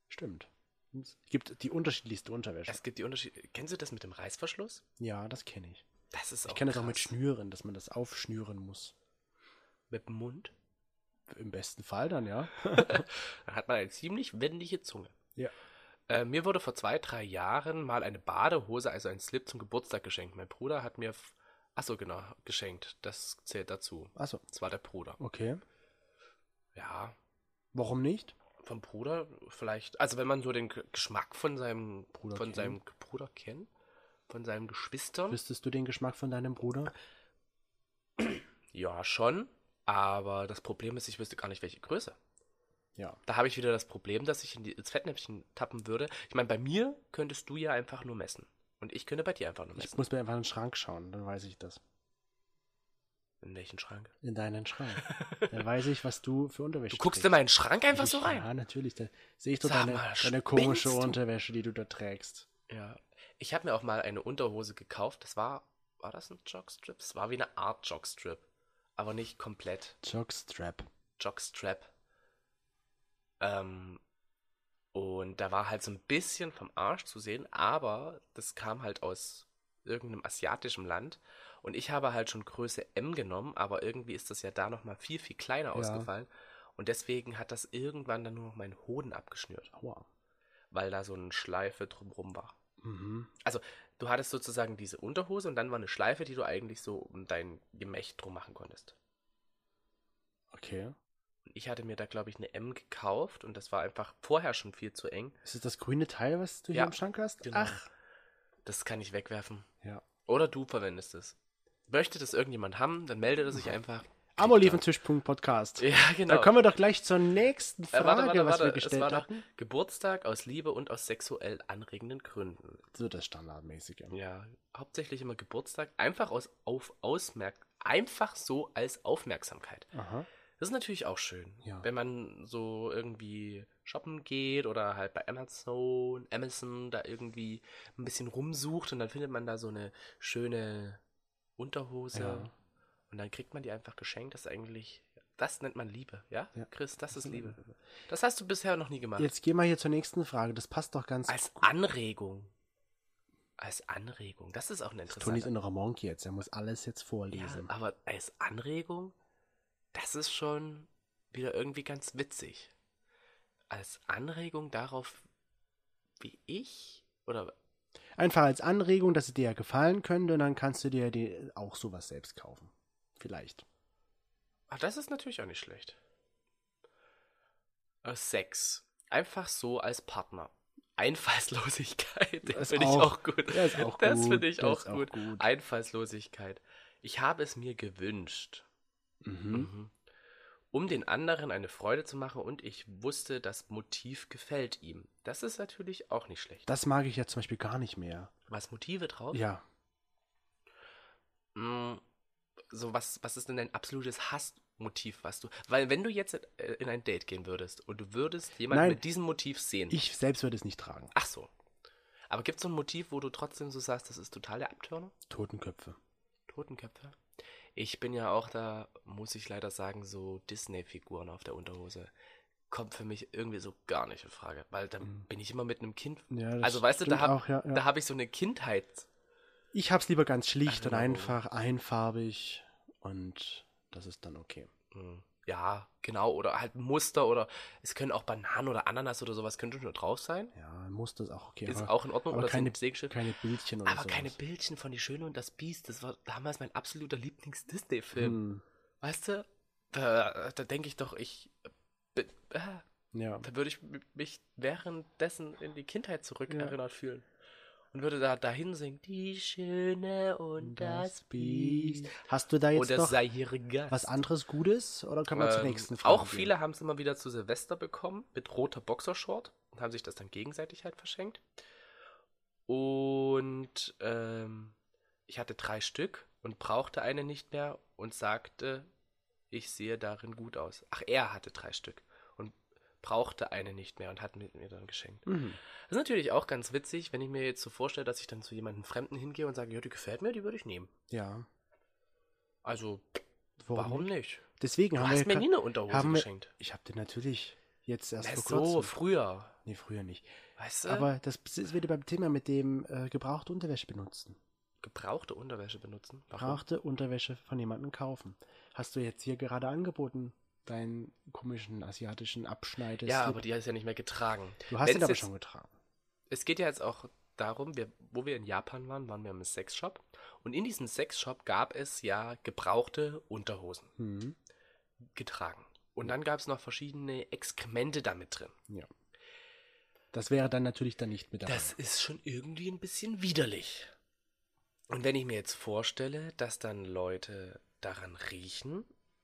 D: Stimmt. Es gibt die unterschiedlichste Unterwäsche.
C: Es gibt die Unterschiede. Kennst du das mit dem Reißverschluss?
D: ja, das kenne ich.
C: Das ist auch.
D: Ich kenne das auch
C: krass.
D: mit Schnüren, dass man das aufschnüren muss.
C: Mit dem Mund.
D: Im besten Fall dann,
C: *laughs*
D: ja.
C: Dann hat man eine ziemlich wendige Zunge.
D: Ja.
C: Äh, mir wurde vor zwei, drei Jahren mal eine Badehose, also ein Slip zum Geburtstag geschenkt. Mein Bruder hat mir, f- ach so genau, geschenkt. Das zählt dazu.
D: Achso,
C: Das war der Bruder.
D: okay.
C: Ja,
D: Warum nicht?
C: vom Bruder vielleicht. Also wenn man so den G- Geschmack von seinem
D: Bruder
C: von
D: kennt.
C: seinem G- Bruder kennt, von seinen Geschwistern.
D: Wüsstest du den Geschmack von deinem Bruder?
C: Ja, schon. Aber das Problem ist, ich wüsste gar nicht, welche Größe.
D: Ja.
C: Da habe ich wieder das Problem, dass ich in die, ins Fettnäpfchen tappen würde. Ich meine, bei mir könntest du ja einfach nur messen. Und ich könnte bei dir einfach nur messen.
D: Ich muss mir einfach in den Schrank schauen, dann weiß ich das.
C: In welchen Schrank?
D: in deinen
C: *laughs*
D: Schrank. Dann weiß ich, was du für Unterwäsche
C: Du guckst in meinen Schrank einfach so rein.
D: Ja, natürlich. Dann sehe ich doch
C: Sag
D: deine,
C: mal,
D: deine komische
C: spinnst du?
D: Unterwäsche, die du da trägst.
C: Ja. Ich habe mir auch mal eine Unterhose gekauft. Das war. War das ein Jogstrip? Es war wie eine Art Jogstrip. Aber nicht komplett.
D: Jogstrap.
C: Jogstrap. Ähm. Und da war halt so ein bisschen vom Arsch zu sehen, aber das kam halt aus irgendeinem asiatischen Land. Und ich habe halt schon Größe M genommen, aber irgendwie ist das ja da nochmal viel, viel kleiner ausgefallen. Und deswegen hat das irgendwann dann nur noch meinen Hoden abgeschnürt,
D: Aua.
C: weil da so eine Schleife drumrum war.
D: Mhm.
C: Also, du hattest sozusagen diese Unterhose und dann war eine Schleife, die du eigentlich so um dein Gemächt drum machen konntest.
D: Okay.
C: Und ich hatte mir da, glaube ich, eine M gekauft und das war einfach vorher schon viel zu eng.
D: Ist es das grüne Teil, was du
C: Ja,
D: hier im Schrank hast?
C: genau.
D: Ach.
C: Das kann ich wegwerfen.
D: Ja.
C: Oder du verwendest es. Möchte das irgendjemand haben, dann melde das sich
D: Mhm.
C: einfach.
D: Am Oliventisch.podcast.
C: Ja, genau.
D: Da kommen wir doch gleich zur nächsten
C: Äh,
D: Frage, was wir
C: es war
D: gestellt
C: doch
D: hatten.
C: Geburtstag aus Liebe und aus sexuell anregenden Gründen.
D: So das Standardmäßige.
C: Ja, hauptsächlich immer Geburtstag. Einfach aus auf Ausmerk einfach so als Aufmerksamkeit.
D: Aha.
C: Das ist natürlich auch schön,
D: Ja.
C: wenn man so irgendwie shoppen geht oder halt bei Amazon, Amazon da irgendwie ein bisschen rumsucht und dann findet man da so eine schöne Unterhose
D: Ja.
C: und dann kriegt man die einfach geschenkt. Das ist eigentlich, das nennt man Liebe, ja?
D: Ja.
C: Chris, das ist Liebe. Das hast du bisher noch nie gemacht.
D: Jetzt gehen wir hier zur nächsten Frage. Das passt doch ganz
C: Als Anregung. Als Anregung. Das ist auch eine
D: Tonis
C: interessante.
D: innerer Monk jetzt. Er muss alles jetzt
C: Ja,
D: vorlesen.
C: aber als Anregung, das ist schon wieder irgendwie ganz witzig. Als Anregung darauf, wie ich oder
D: Einfach als Anregung, dass es dir ja gefallen könnte und dann kannst du dir die auch sowas selbst kaufen. Vielleicht.
C: Ah, das ist natürlich auch nicht schlecht. Äh, Sex. Einfach so als Partner. *laughs* Einfallslosigkeit, den
D: Ist
C: finde ich
D: auch-
C: auch gut.
D: der ist
C: *laughs*
D: auch
C: das
D: gut,
C: finde ich
D: der
C: auch
D: ist auch
C: gut.
D: gut.
C: Einfallslosigkeit. Ich habe es mir gewünscht,
D: Mhm.
C: Mhm. um den anderen eine Freude zu machen und ich wusste, das Motiv gefällt ihm. Das ist natürlich auch nicht schlecht.
D: Das mag ich ja zum Beispiel gar nicht mehr.
C: Was Motive drauf?
D: Ja.
C: Mm, So, was, was ist denn dein absolutes Hassmotiv, was du. Weil, wenn du jetzt äh, in ein Date gehen würdest und du würdest jemanden
D: Nein.
C: mit diesem Motiv sehen.
D: Ich selbst würde es nicht tragen.
C: Ach so. Aber gibt es so ein Motiv, wo du trotzdem so sagst, das ist total der Abtörner?
D: Totenköpfe.
C: Totenköpfe? Ich bin ja auch da, muss ich leider sagen, so Disney-Figuren auf der Unterhose. Kommt für mich irgendwie so gar nicht in Frage, weil dann bin ich immer mit einem Kind.
D: Ja, das
C: also, weißt du, da
D: stimmt
C: habe
D: auch, Mhm. ja, ja.
C: da hab ich so eine Kindheit.
D: Ich hab's lieber ganz schlicht und
C: Also-
D: einfach, einfarbig und das ist dann okay.
C: Hm. Ja, genau. Oder halt ein Muster oder es können auch Bananen oder Ananas oder sowas könnte schon drauf sein.
D: Ja, Muster ist auch okay.
C: Ist auch in Ordnung,
D: aber
C: oder so ein
D: keine,
C: Segelschiff.
D: keine Bildchen oder
C: Aber
D: sowas.
C: keine Bildchen von Die Schöne und das Biest. Das war damals mein absoluter Lieblings-Disney-Film.
D: Hm,
C: Weißt du, da, da denke ich doch, ich. Äh, da
D: ja.
C: würde ich mich währenddessen in die Kindheit zurückerinnert fühlen. Und würde da dahin singen: Die Schöne und das Biest.
D: Hast du da jetzt
C: Oder
D: noch
C: sei ihre Gast.
D: was anderes Gutes oder können wir zur
C: Ähm,
D: nächsten Frage
C: Auch viele haben es immer wieder zu Silvester bekommen mit roter Boxershort und haben sich das dann gegenseitig halt verschenkt. Und ähm, ich hatte drei Stück und brauchte eine nicht mehr und sagte, ich sehe darin gut aus. Ach, er hatte drei Stück und brauchte eine nicht mehr und hat mit mir dann geschenkt.
D: gehen? Mhm.
C: Das ist natürlich auch ganz witzig, wenn ich mir jetzt so vorstelle, dass ich dann zu jemandem Fremden hingehe und sage, ja, die gefällt mir, die würde ich nehmen.
D: Ja.
C: Also, warum nicht?
D: Deswegen
C: Du
D: haben wir
C: hast
D: ja
C: mir
D: ka-
C: nie eine Unterhose
D: haben wir-
C: geschenkt.
D: Ich habe dir natürlich jetzt erst
C: Na,
D: vor kurzem.
C: so, Äh. früher.
D: nee, früher nicht.
C: Weißt du?
D: Aber das ist wieder beim Thema mit dem äh, gebrauchte Unterwäsche benutzen.
C: gebrauchte Unterwäsche benutzen.
D: Gebrauchte Unterwäsche von jemandem kaufen. Hast du jetzt hier gerade angeboten, deinen komischen asiatischen Abschneide?
C: Ja, aber die ist ja nicht mehr getragen.
D: Du hast ihn
C: Wenn's
D: aber
C: jetzt-
D: schon getragen.
C: Es geht ja jetzt auch darum, wir, wo wir in Japan waren, waren wir im Sexshop. Und in diesem Sexshop gab es ja gebrauchte Unterhosen
D: Mhm.
C: getragen. Und dann gab es noch verschiedene Exkremente damit drin.
D: Das wäre dann natürlich dann nicht mit dabei.
C: Das ist schon irgendwie ein bisschen widerlich. Und wenn ich mir jetzt vorstelle, dass dann Leute daran riechen,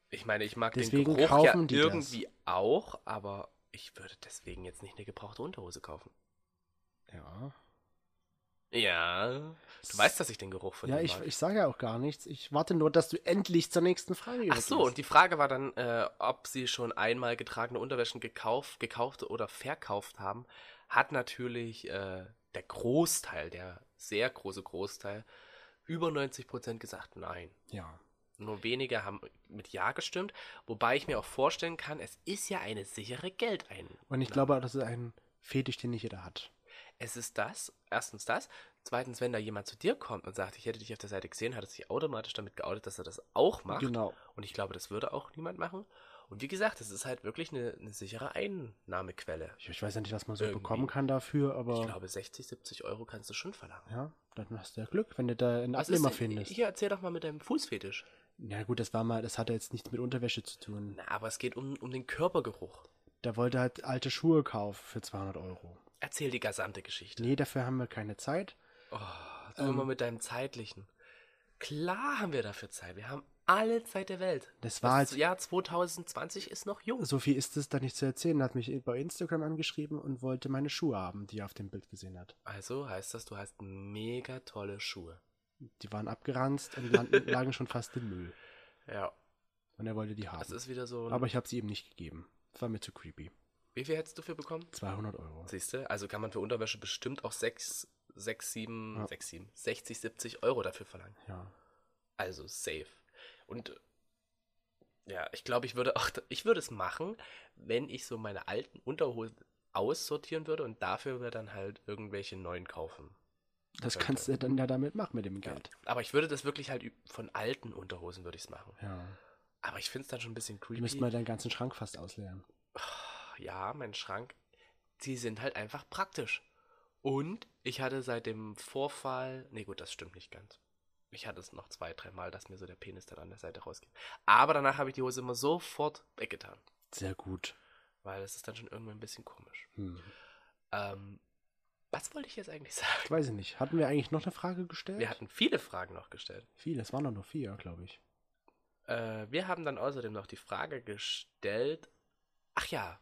C: ich meine, ich mag
D: Deswegen
C: den Geruch ja
D: kaufen die das.
C: irgendwie auch, aber ich würde deswegen jetzt nicht eine gebrauchte Unterhose kaufen.
D: ja.
C: Ja. Du weißt, dass ich den Geruch von
D: ja,
C: dir
D: ich,
C: mag.
D: ich sage ja auch gar nichts. Ich warte nur, dass du endlich zur nächsten Frage
C: Ach so, und die Frage war dann, äh, ob sie schon einmal getragene Unterwäschen gekauft, gekauft oder verkauft haben, hat natürlich äh, der Großteil, der sehr große Großteil, über 90 Prozent gesagt nein.
D: Ja.
C: Nur wenige haben mit Ja gestimmt, wobei ich mir auch vorstellen kann, es ist ja eine sichere Geldeinnahme.
D: Und ich glaube, das ist ein Fetisch, den nicht jeder hat.
C: Es ist das, erstens das. Zweitens, wenn da jemand zu dir kommt und sagt, ich hätte dich auf der Seite gesehen, hat er sich automatisch damit geoutet, dass er das auch macht.
D: Genau.
C: Und ich glaube, das würde auch niemand machen. Und wie gesagt, es ist halt wirklich eine, eine sichere Einnahmequelle.
D: Ich, ich weiß ja nicht, was man so
C: Irgendwie.
D: bekommen kann dafür, aber
C: Ich glaube, 60, 70 Euro kannst du schon verlangen.
D: ja, dann hast du ja Glück, wenn du da einen
C: Was
D: Abnehmer
C: ist denn-
D: findest.
C: Hier, erzähl doch mal mit deinem Fußfetisch.
D: Na gut, das war mal, das hatte jetzt nichts mit Unterwäsche zu tun.
C: Na, aber es geht um, um den Körpergeruch.
D: Da wollte halt alte Schuhe kaufen für 200 Euro.
C: Erzähl die gesamte Geschichte. Oh,
D: Nee, Ähm. dafür haben wir keine Zeit.
C: Du immer mit deinem zeitlichen. Klar haben wir dafür Zeit. Wir haben alle Zeit der Welt.
D: Das war
C: das
D: als-
C: Jahr 2020 ist noch jung.
D: So viel ist es da nicht zu erzählen. Hat mich bei Instagram angeschrieben und wollte meine Schuhe haben, die er auf dem Bild gesehen hat.
C: Also heißt das, du hast mega tolle Schuhe.
D: Die waren abgeranzt und *laughs* landen, lagen schon fast im Müll.
C: Ja.
D: Und er wollte die haben.
C: Das ist wieder so. ein-
D: Aber ich habe sie ihm nicht gegeben. Das war mir zu creepy.
C: wie viel hättest du für bekommen?
D: 200 Euro.
C: Siehst du? Also kann man für Unterwäsche bestimmt auch 6, 6, 7,
D: Ja.
C: 6, 7, 60, 70 Euro dafür verlangen.
D: Ja.
C: Also safe. Und äh, ja, ich glaube, ich würde auch, *laughs* ich würde es machen, wenn ich so meine alten Unterhosen aussortieren würde und dafür wir dann halt irgendwelche neuen kaufen.
D: Das
C: Okay.
D: kannst du dann ja damit machen mit dem Geld.
C: Aber ich würde das wirklich halt ü- von alten Unterhosen würde ich es machen.
D: Ja.
C: Aber ich finde es dann schon ein bisschen
D: Du
C: creepy.
D: müsst mal deinen ganzen Schrank fast ausleeren.
C: ja, mein Schrank, die sind halt einfach praktisch. Und ich hatte seit dem Vorfall, nee gut, das stimmt nicht ganz. Ich hatte es noch zwei, dreimal, dass mir so der Penis dann an der Seite rausgeht. Aber danach habe ich die Hose immer sofort weggetan,
D: Sehr gut.
C: weil das ist dann schon irgendwann ein bisschen komisch.
D: Hm.
C: Ähm, was wollte ich jetzt eigentlich sagen?
D: Ich weiß nicht. Hatten wir eigentlich noch eine Frage gestellt?
C: Wir hatten viele Fragen noch gestellt.
D: Viele. Es waren doch nur vier, glaube ich.
C: Äh, wir haben dann außerdem noch die Frage gestellt, ach ja,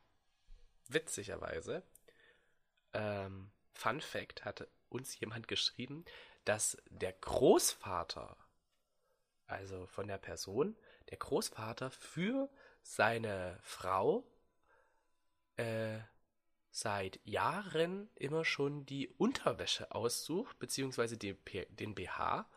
C: witzigerweise, ähm, Fun Fact hatte uns jemand geschrieben, dass der Großvater, also von der Person, der Großvater für seine Frau äh, seit Jahren immer schon die Unterwäsche aussucht, beziehungsweise den, P- den BH.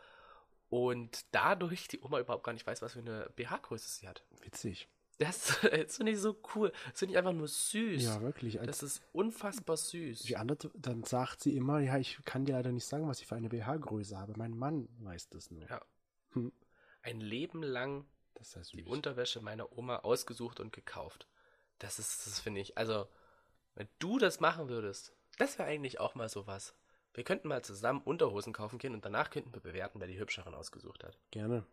C: Und dadurch die Oma überhaupt gar nicht weiß, was für eine BH-Größe sie hat.
D: Witzig.
C: Das, *laughs* das finde ich so cool. Das finde ich einfach nur süß.
D: Ja, wirklich. Als
C: das ist unfassbar süß.
D: die andere, dann sagt sie immer, ja, ich kann dir leider nicht sagen, was ich für eine BH-Größe habe. Mein Mann weiß das nur.
C: Ja.
D: Hm.
C: Ein Leben lang
D: Das ist ja süß.
C: die Unterwäsche meiner Oma ausgesucht und gekauft. Das ist, das finde ich, also, wenn du das machen würdest, das wäre eigentlich auch mal sowas. Wir könnten mal zusammen Unterhosen kaufen gehen und danach könnten wir bewerten, wer die hübscheren ausgesucht hat.
D: Gerne.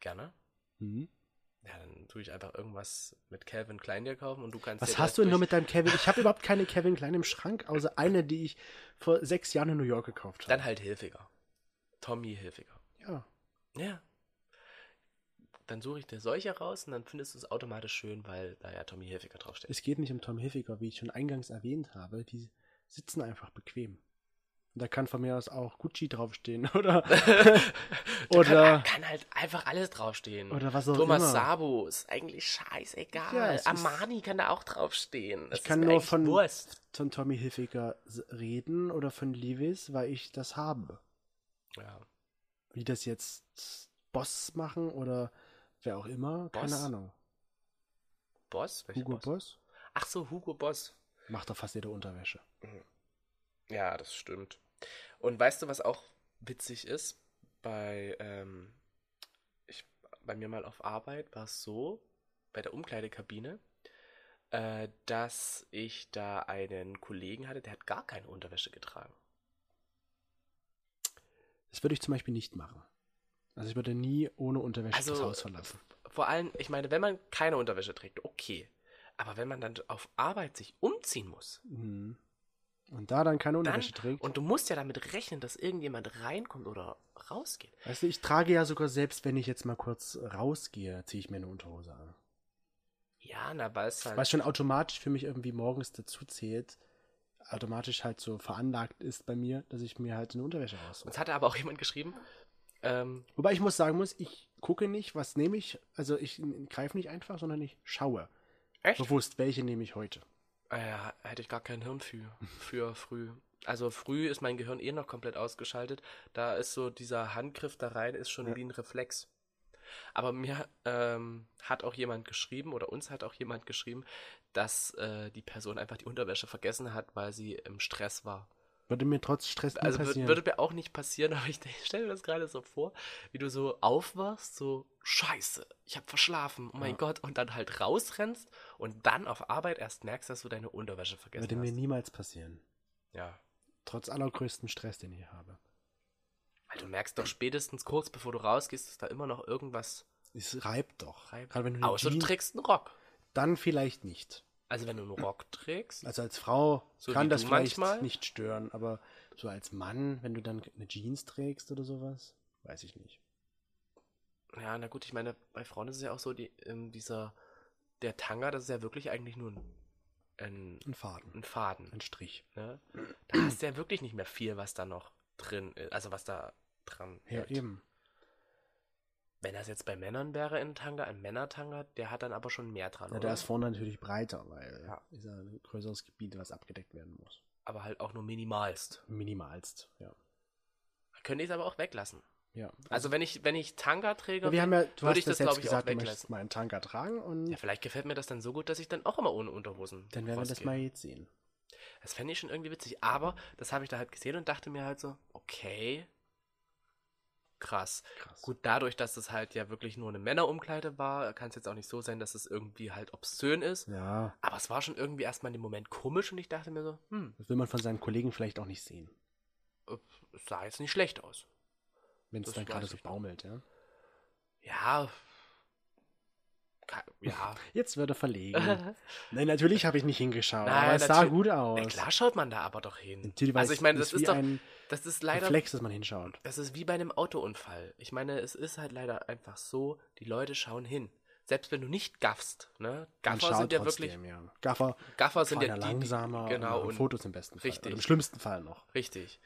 C: Gerne?
D: Hm?
C: Ja, dann tue ich einfach irgendwas mit Calvin Klein dir kaufen und du kannst dir
D: Was
C: das
D: hast du denn nur
C: durch-
D: mit deinem Kevin? Ich habe überhaupt keine Kevin Klein im Schrank, außer eine, die ich vor sechs Jahren in New York gekauft habe.
C: Dann halt Hilfiger. Tommy Hilfiger.
D: ja.
C: Ja. Dann suche ich dir solche raus und dann findest du es automatisch schön, weil da ja Tommy Hilfiger draufsteht.
D: Es geht nicht um Tom Hilfiger, wie ich schon eingangs erwähnt habe. Die sitzen einfach bequem. Und da kann von mir aus auch Gucci draufstehen, *laughs* *laughs* oder?
C: Da
D: oder.
C: kann, kann halt einfach alles draufstehen.
D: Oder was auch
C: Thomas
D: immer.
C: Sabo ist eigentlich scheißegal.
D: Ja, es ist-
C: Armani kann da auch draufstehen. Das
D: Ich
C: ist
D: kann
C: mir
D: nur
C: eigentlich
D: von,
C: Wurst.
D: von Tommy Hilfiger s- reden oder von Levis, weil ich das habe.
C: Ja.
D: Wie das jetzt Boss machen oder wer auch immer, keine
C: Boss?
D: Ahnung.
C: Boss? Welcher
D: Hugo
C: Boss?
D: Boss?
C: Ach so, Hugo Boss.
D: Macht doch fast jede Unterwäsche.
C: Ja, das stimmt. Und weißt du, was auch witzig ist? Bei, ähm, ich, bei mir mal auf Arbeit war es so, bei der Umkleidekabine, äh, dass ich da einen Kollegen hatte, der hat gar keine Unterwäsche getragen.
D: Das würde ich zum Beispiel nicht machen. Also ich würde nie ohne Unterwäsche
C: Also,
D: das Haus verlassen.
C: Vor allem, ich meine, wenn man keine Unterwäsche trägt, okay. Aber wenn man dann auf Arbeit sich umziehen muss,
D: Mhm. Und da dann keine
C: dann,
D: Unterwäsche trägt.
C: und du musst ja damit rechnen, dass irgendjemand reinkommt oder rausgeht.
D: weißt du, ich trage ja sogar selbst, wenn ich jetzt mal kurz rausgehe, ziehe ich mir eine Unterhose an.
C: Ja, na, weil es halt.
D: Was schon automatisch für mich irgendwie morgens dazu zählt, automatisch halt so veranlagt ist bei mir, dass ich mir halt eine Unterwäsche raussuche.
C: Uns hatte aber auch jemand geschrieben, ähm,
D: Wobei ich muss sagen muss, ich gucke nicht, was nehme ich. Also ich greife nicht einfach, sondern ich schaue
C: echt?
D: bewusst, welche nehme ich heute.
C: Ah Ja, hätte ich gar kein Hirn für, für früh. Also früh ist mein Gehirn eh noch komplett ausgeschaltet. Da ist so dieser Handgriff da rein, ist schon
D: Ja.
C: wie ein Reflex. Aber mir ähm, hat auch jemand geschrieben, oder uns hat auch jemand geschrieben, dass äh, die Person einfach die Unterwäsche vergessen hat, weil sie im Stress war.
D: Würde mir trotz Stress nie
C: Also wür-
D: passieren.
C: würde mir auch nicht passieren, *laughs* aber ich stelle mir das gerade so vor, wie du so aufwachst, so Scheiße, ich habe verschlafen, oh mein
D: Ja.
C: Gott, und dann halt rausrennst und dann auf Arbeit erst merkst, dass du deine Unterwäsche vergessen
D: würde
C: hast.
D: mir niemals passieren.
C: Ja.
D: Trotz allergrößtem Stress, den ich habe.
C: Weil du merkst doch spätestens kurz bevor du rausgehst, dass da immer noch irgendwas
D: Es reibt doch.
C: reibt.
D: Gerade wenn du eine
C: Außer du
D: Jeans-
C: trägst einen Rock.
D: Dann vielleicht nicht.
C: Also wenn du einen Rock trägst.
D: Also als Frau
C: So wie
D: kann das
C: du
D: vielleicht
C: manchmal?
D: nicht stören, aber so als Mann, wenn du dann eine Jeans trägst oder sowas, weiß ich nicht.
C: Ja, na gut, ich meine, bei Frauen ist es ja auch so, die, ähm, dieser, der Tanga, das ist ja wirklich eigentlich nur ein, ein,
D: Ein Faden,
C: ein Faden.
D: ein Strich. *clears throat*
C: Ne? Da hast du ja wirklich nicht mehr viel, was da noch drin ist. Also was da dran
D: Ja,
C: hält.
D: eben.
C: Wenn das jetzt bei Männern wäre, ein Tanga, ein Männertanga, der hat dann aber schon mehr dran.
D: Ja,
C: oder?
D: der ist vorne natürlich breiter, weil
C: Ja.
D: ist ja ein größeres Gebiet, was abgedeckt werden muss.
C: aber halt auch nur minimalst.
D: Minimalst, ja.
C: Könnte ich es aber auch weglassen.
D: Ja.
C: Also wenn ich, wenn ich Tanga träge.
D: ja, wir haben ja, du
C: würde
D: hast
C: ich
D: das
C: das, glaub
D: selbst
C: ich, auch
D: gesagt, du
C: weglassen.
D: möchtest mal einen Tanker tragen und
C: Ja, vielleicht gefällt mir das dann so gut, dass ich dann auch immer ohne Unterhosen.
D: dann werden wir das
C: rausgehe.
D: mal jetzt sehen.
C: Das fände ich schon irgendwie witzig. Aber das habe ich da halt gesehen und dachte mir halt so, okay. Krass.
D: Krass.
C: Gut, dadurch, dass das halt ja wirklich nur eine Männerumkleide war, kann es jetzt auch nicht so sein, dass es irgendwie halt obszön ist.
D: Ja,
C: Aber es war schon irgendwie erstmal in dem Moment komisch und ich dachte mir so, hm,
D: das will man von seinen Kollegen vielleicht auch nicht sehen,
C: es sah jetzt nicht schlecht aus.
D: wenn es
C: Das
D: dann gerade
C: weiß
D: so
C: ich noch.
D: baumelt, ja.
C: Ja. ka-
D: *laughs*
C: Ja.
D: Jetzt wird
C: *laughs*
D: er verlegen. Nein, natürlich habe ich nicht hingeschaut,
C: Nein,
D: aber es sah
C: natür-
D: gut aus.
C: Na klar schaut man da aber doch hin.
D: Natürlich, weil
C: Also ich
D: es
C: meine, das
D: wie
C: ist doch,
D: ein
C: das ist leider
D: Reflex, dass man hinschaut.
C: Das ist wie bei einem Autounfall. Ich meine, es ist halt leider einfach so, die Leute schauen hin. Selbst wenn du nicht gaffst, ne?
D: Man
C: Gaffer
D: schaut
C: sind ja
D: trotzdem,
C: wirklich.
D: ja. Gaffer
C: Gaffer sind
D: fahren
C: ja die,
D: ja
C: die
D: langsamer
C: genau,
D: und machen
C: und-
D: Fotos im besten Fall.
C: richtig.
D: Oder Im schlimmsten Fall noch.
C: Richtig.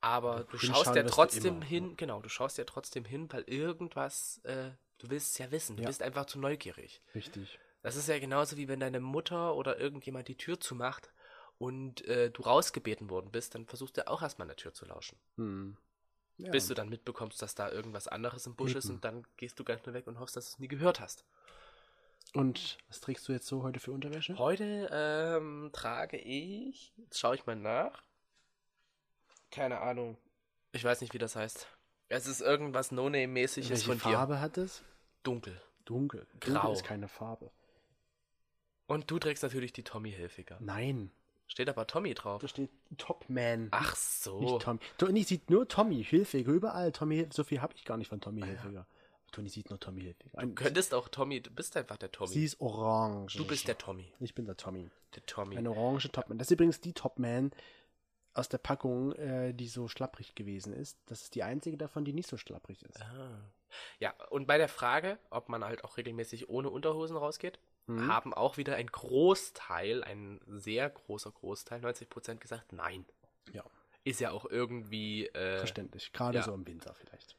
C: Aber
D: Und
C: du
D: hinschauen
C: schaust ja
D: wirst du
C: trotzdem
D: immer, ne?
C: hin, genau, du schaust ja trotzdem hin, weil irgendwas, äh, du willst es ja wissen, du
D: Ja.
C: bist einfach zu neugierig.
D: Richtig.
C: Das ist ja genauso wie wenn deine Mutter oder irgendjemand die Tür zumacht und äh, du rausgebeten worden bist, dann versuchst du ja auch erstmal an der Tür zu lauschen.
D: Hm. Ja.
C: bis du dann mitbekommst, dass da irgendwas anderes im Busch ist
D: Eben.
C: und dann gehst du ganz schnell weg und hoffst, dass du es nie gehört hast.
D: Und was trägst du jetzt so heute für Unterwäsche?
C: Heute ähm, trage ich, jetzt schaue ich mal nach, keine Ahnung, ich weiß nicht, wie das heißt. Es ist irgendwas No-Name-mäßiges
D: Welche
C: von dir.
D: Farbe hat es?
C: Dunkel.
D: Dunkel.
C: Grau.
D: Dunkel ist keine Farbe.
C: Und du trägst natürlich die Tommy Hilfiger.
D: Nein.
C: Steht aber Tommy drauf.
D: Da steht Topman.
C: Ach so.
D: Nicht Tommy. Toni sieht nur Tommy Hilfiger. Überall Tommy Hilfiger. So viel habe ich gar nicht von Tommy Hilfiger. Toni sieht nur Tommy Hilfiger.
C: Du könntest auch Tommy, du bist einfach der Tommy.
D: Sie ist orange.
C: du bist der Tommy.
D: Ich bin der Tommy.
C: Der Tommy.
D: Eine orange Topman. Das ist übrigens die Topman aus der Packung, äh, die so schlapprig gewesen ist. Das ist die einzige davon, die nicht so schlapprig ist.
C: Ah. Ja, und bei der Frage, ob man halt auch regelmäßig ohne Unterhosen rausgeht,
D: Mhm.
C: haben auch wieder ein Großteil, ein sehr großer Großteil, 90 Prozent gesagt, nein.
D: Ja.
C: Ist ja auch irgendwie. Äh,
D: Verständlich. Gerade
C: ja.
D: so im Winter vielleicht.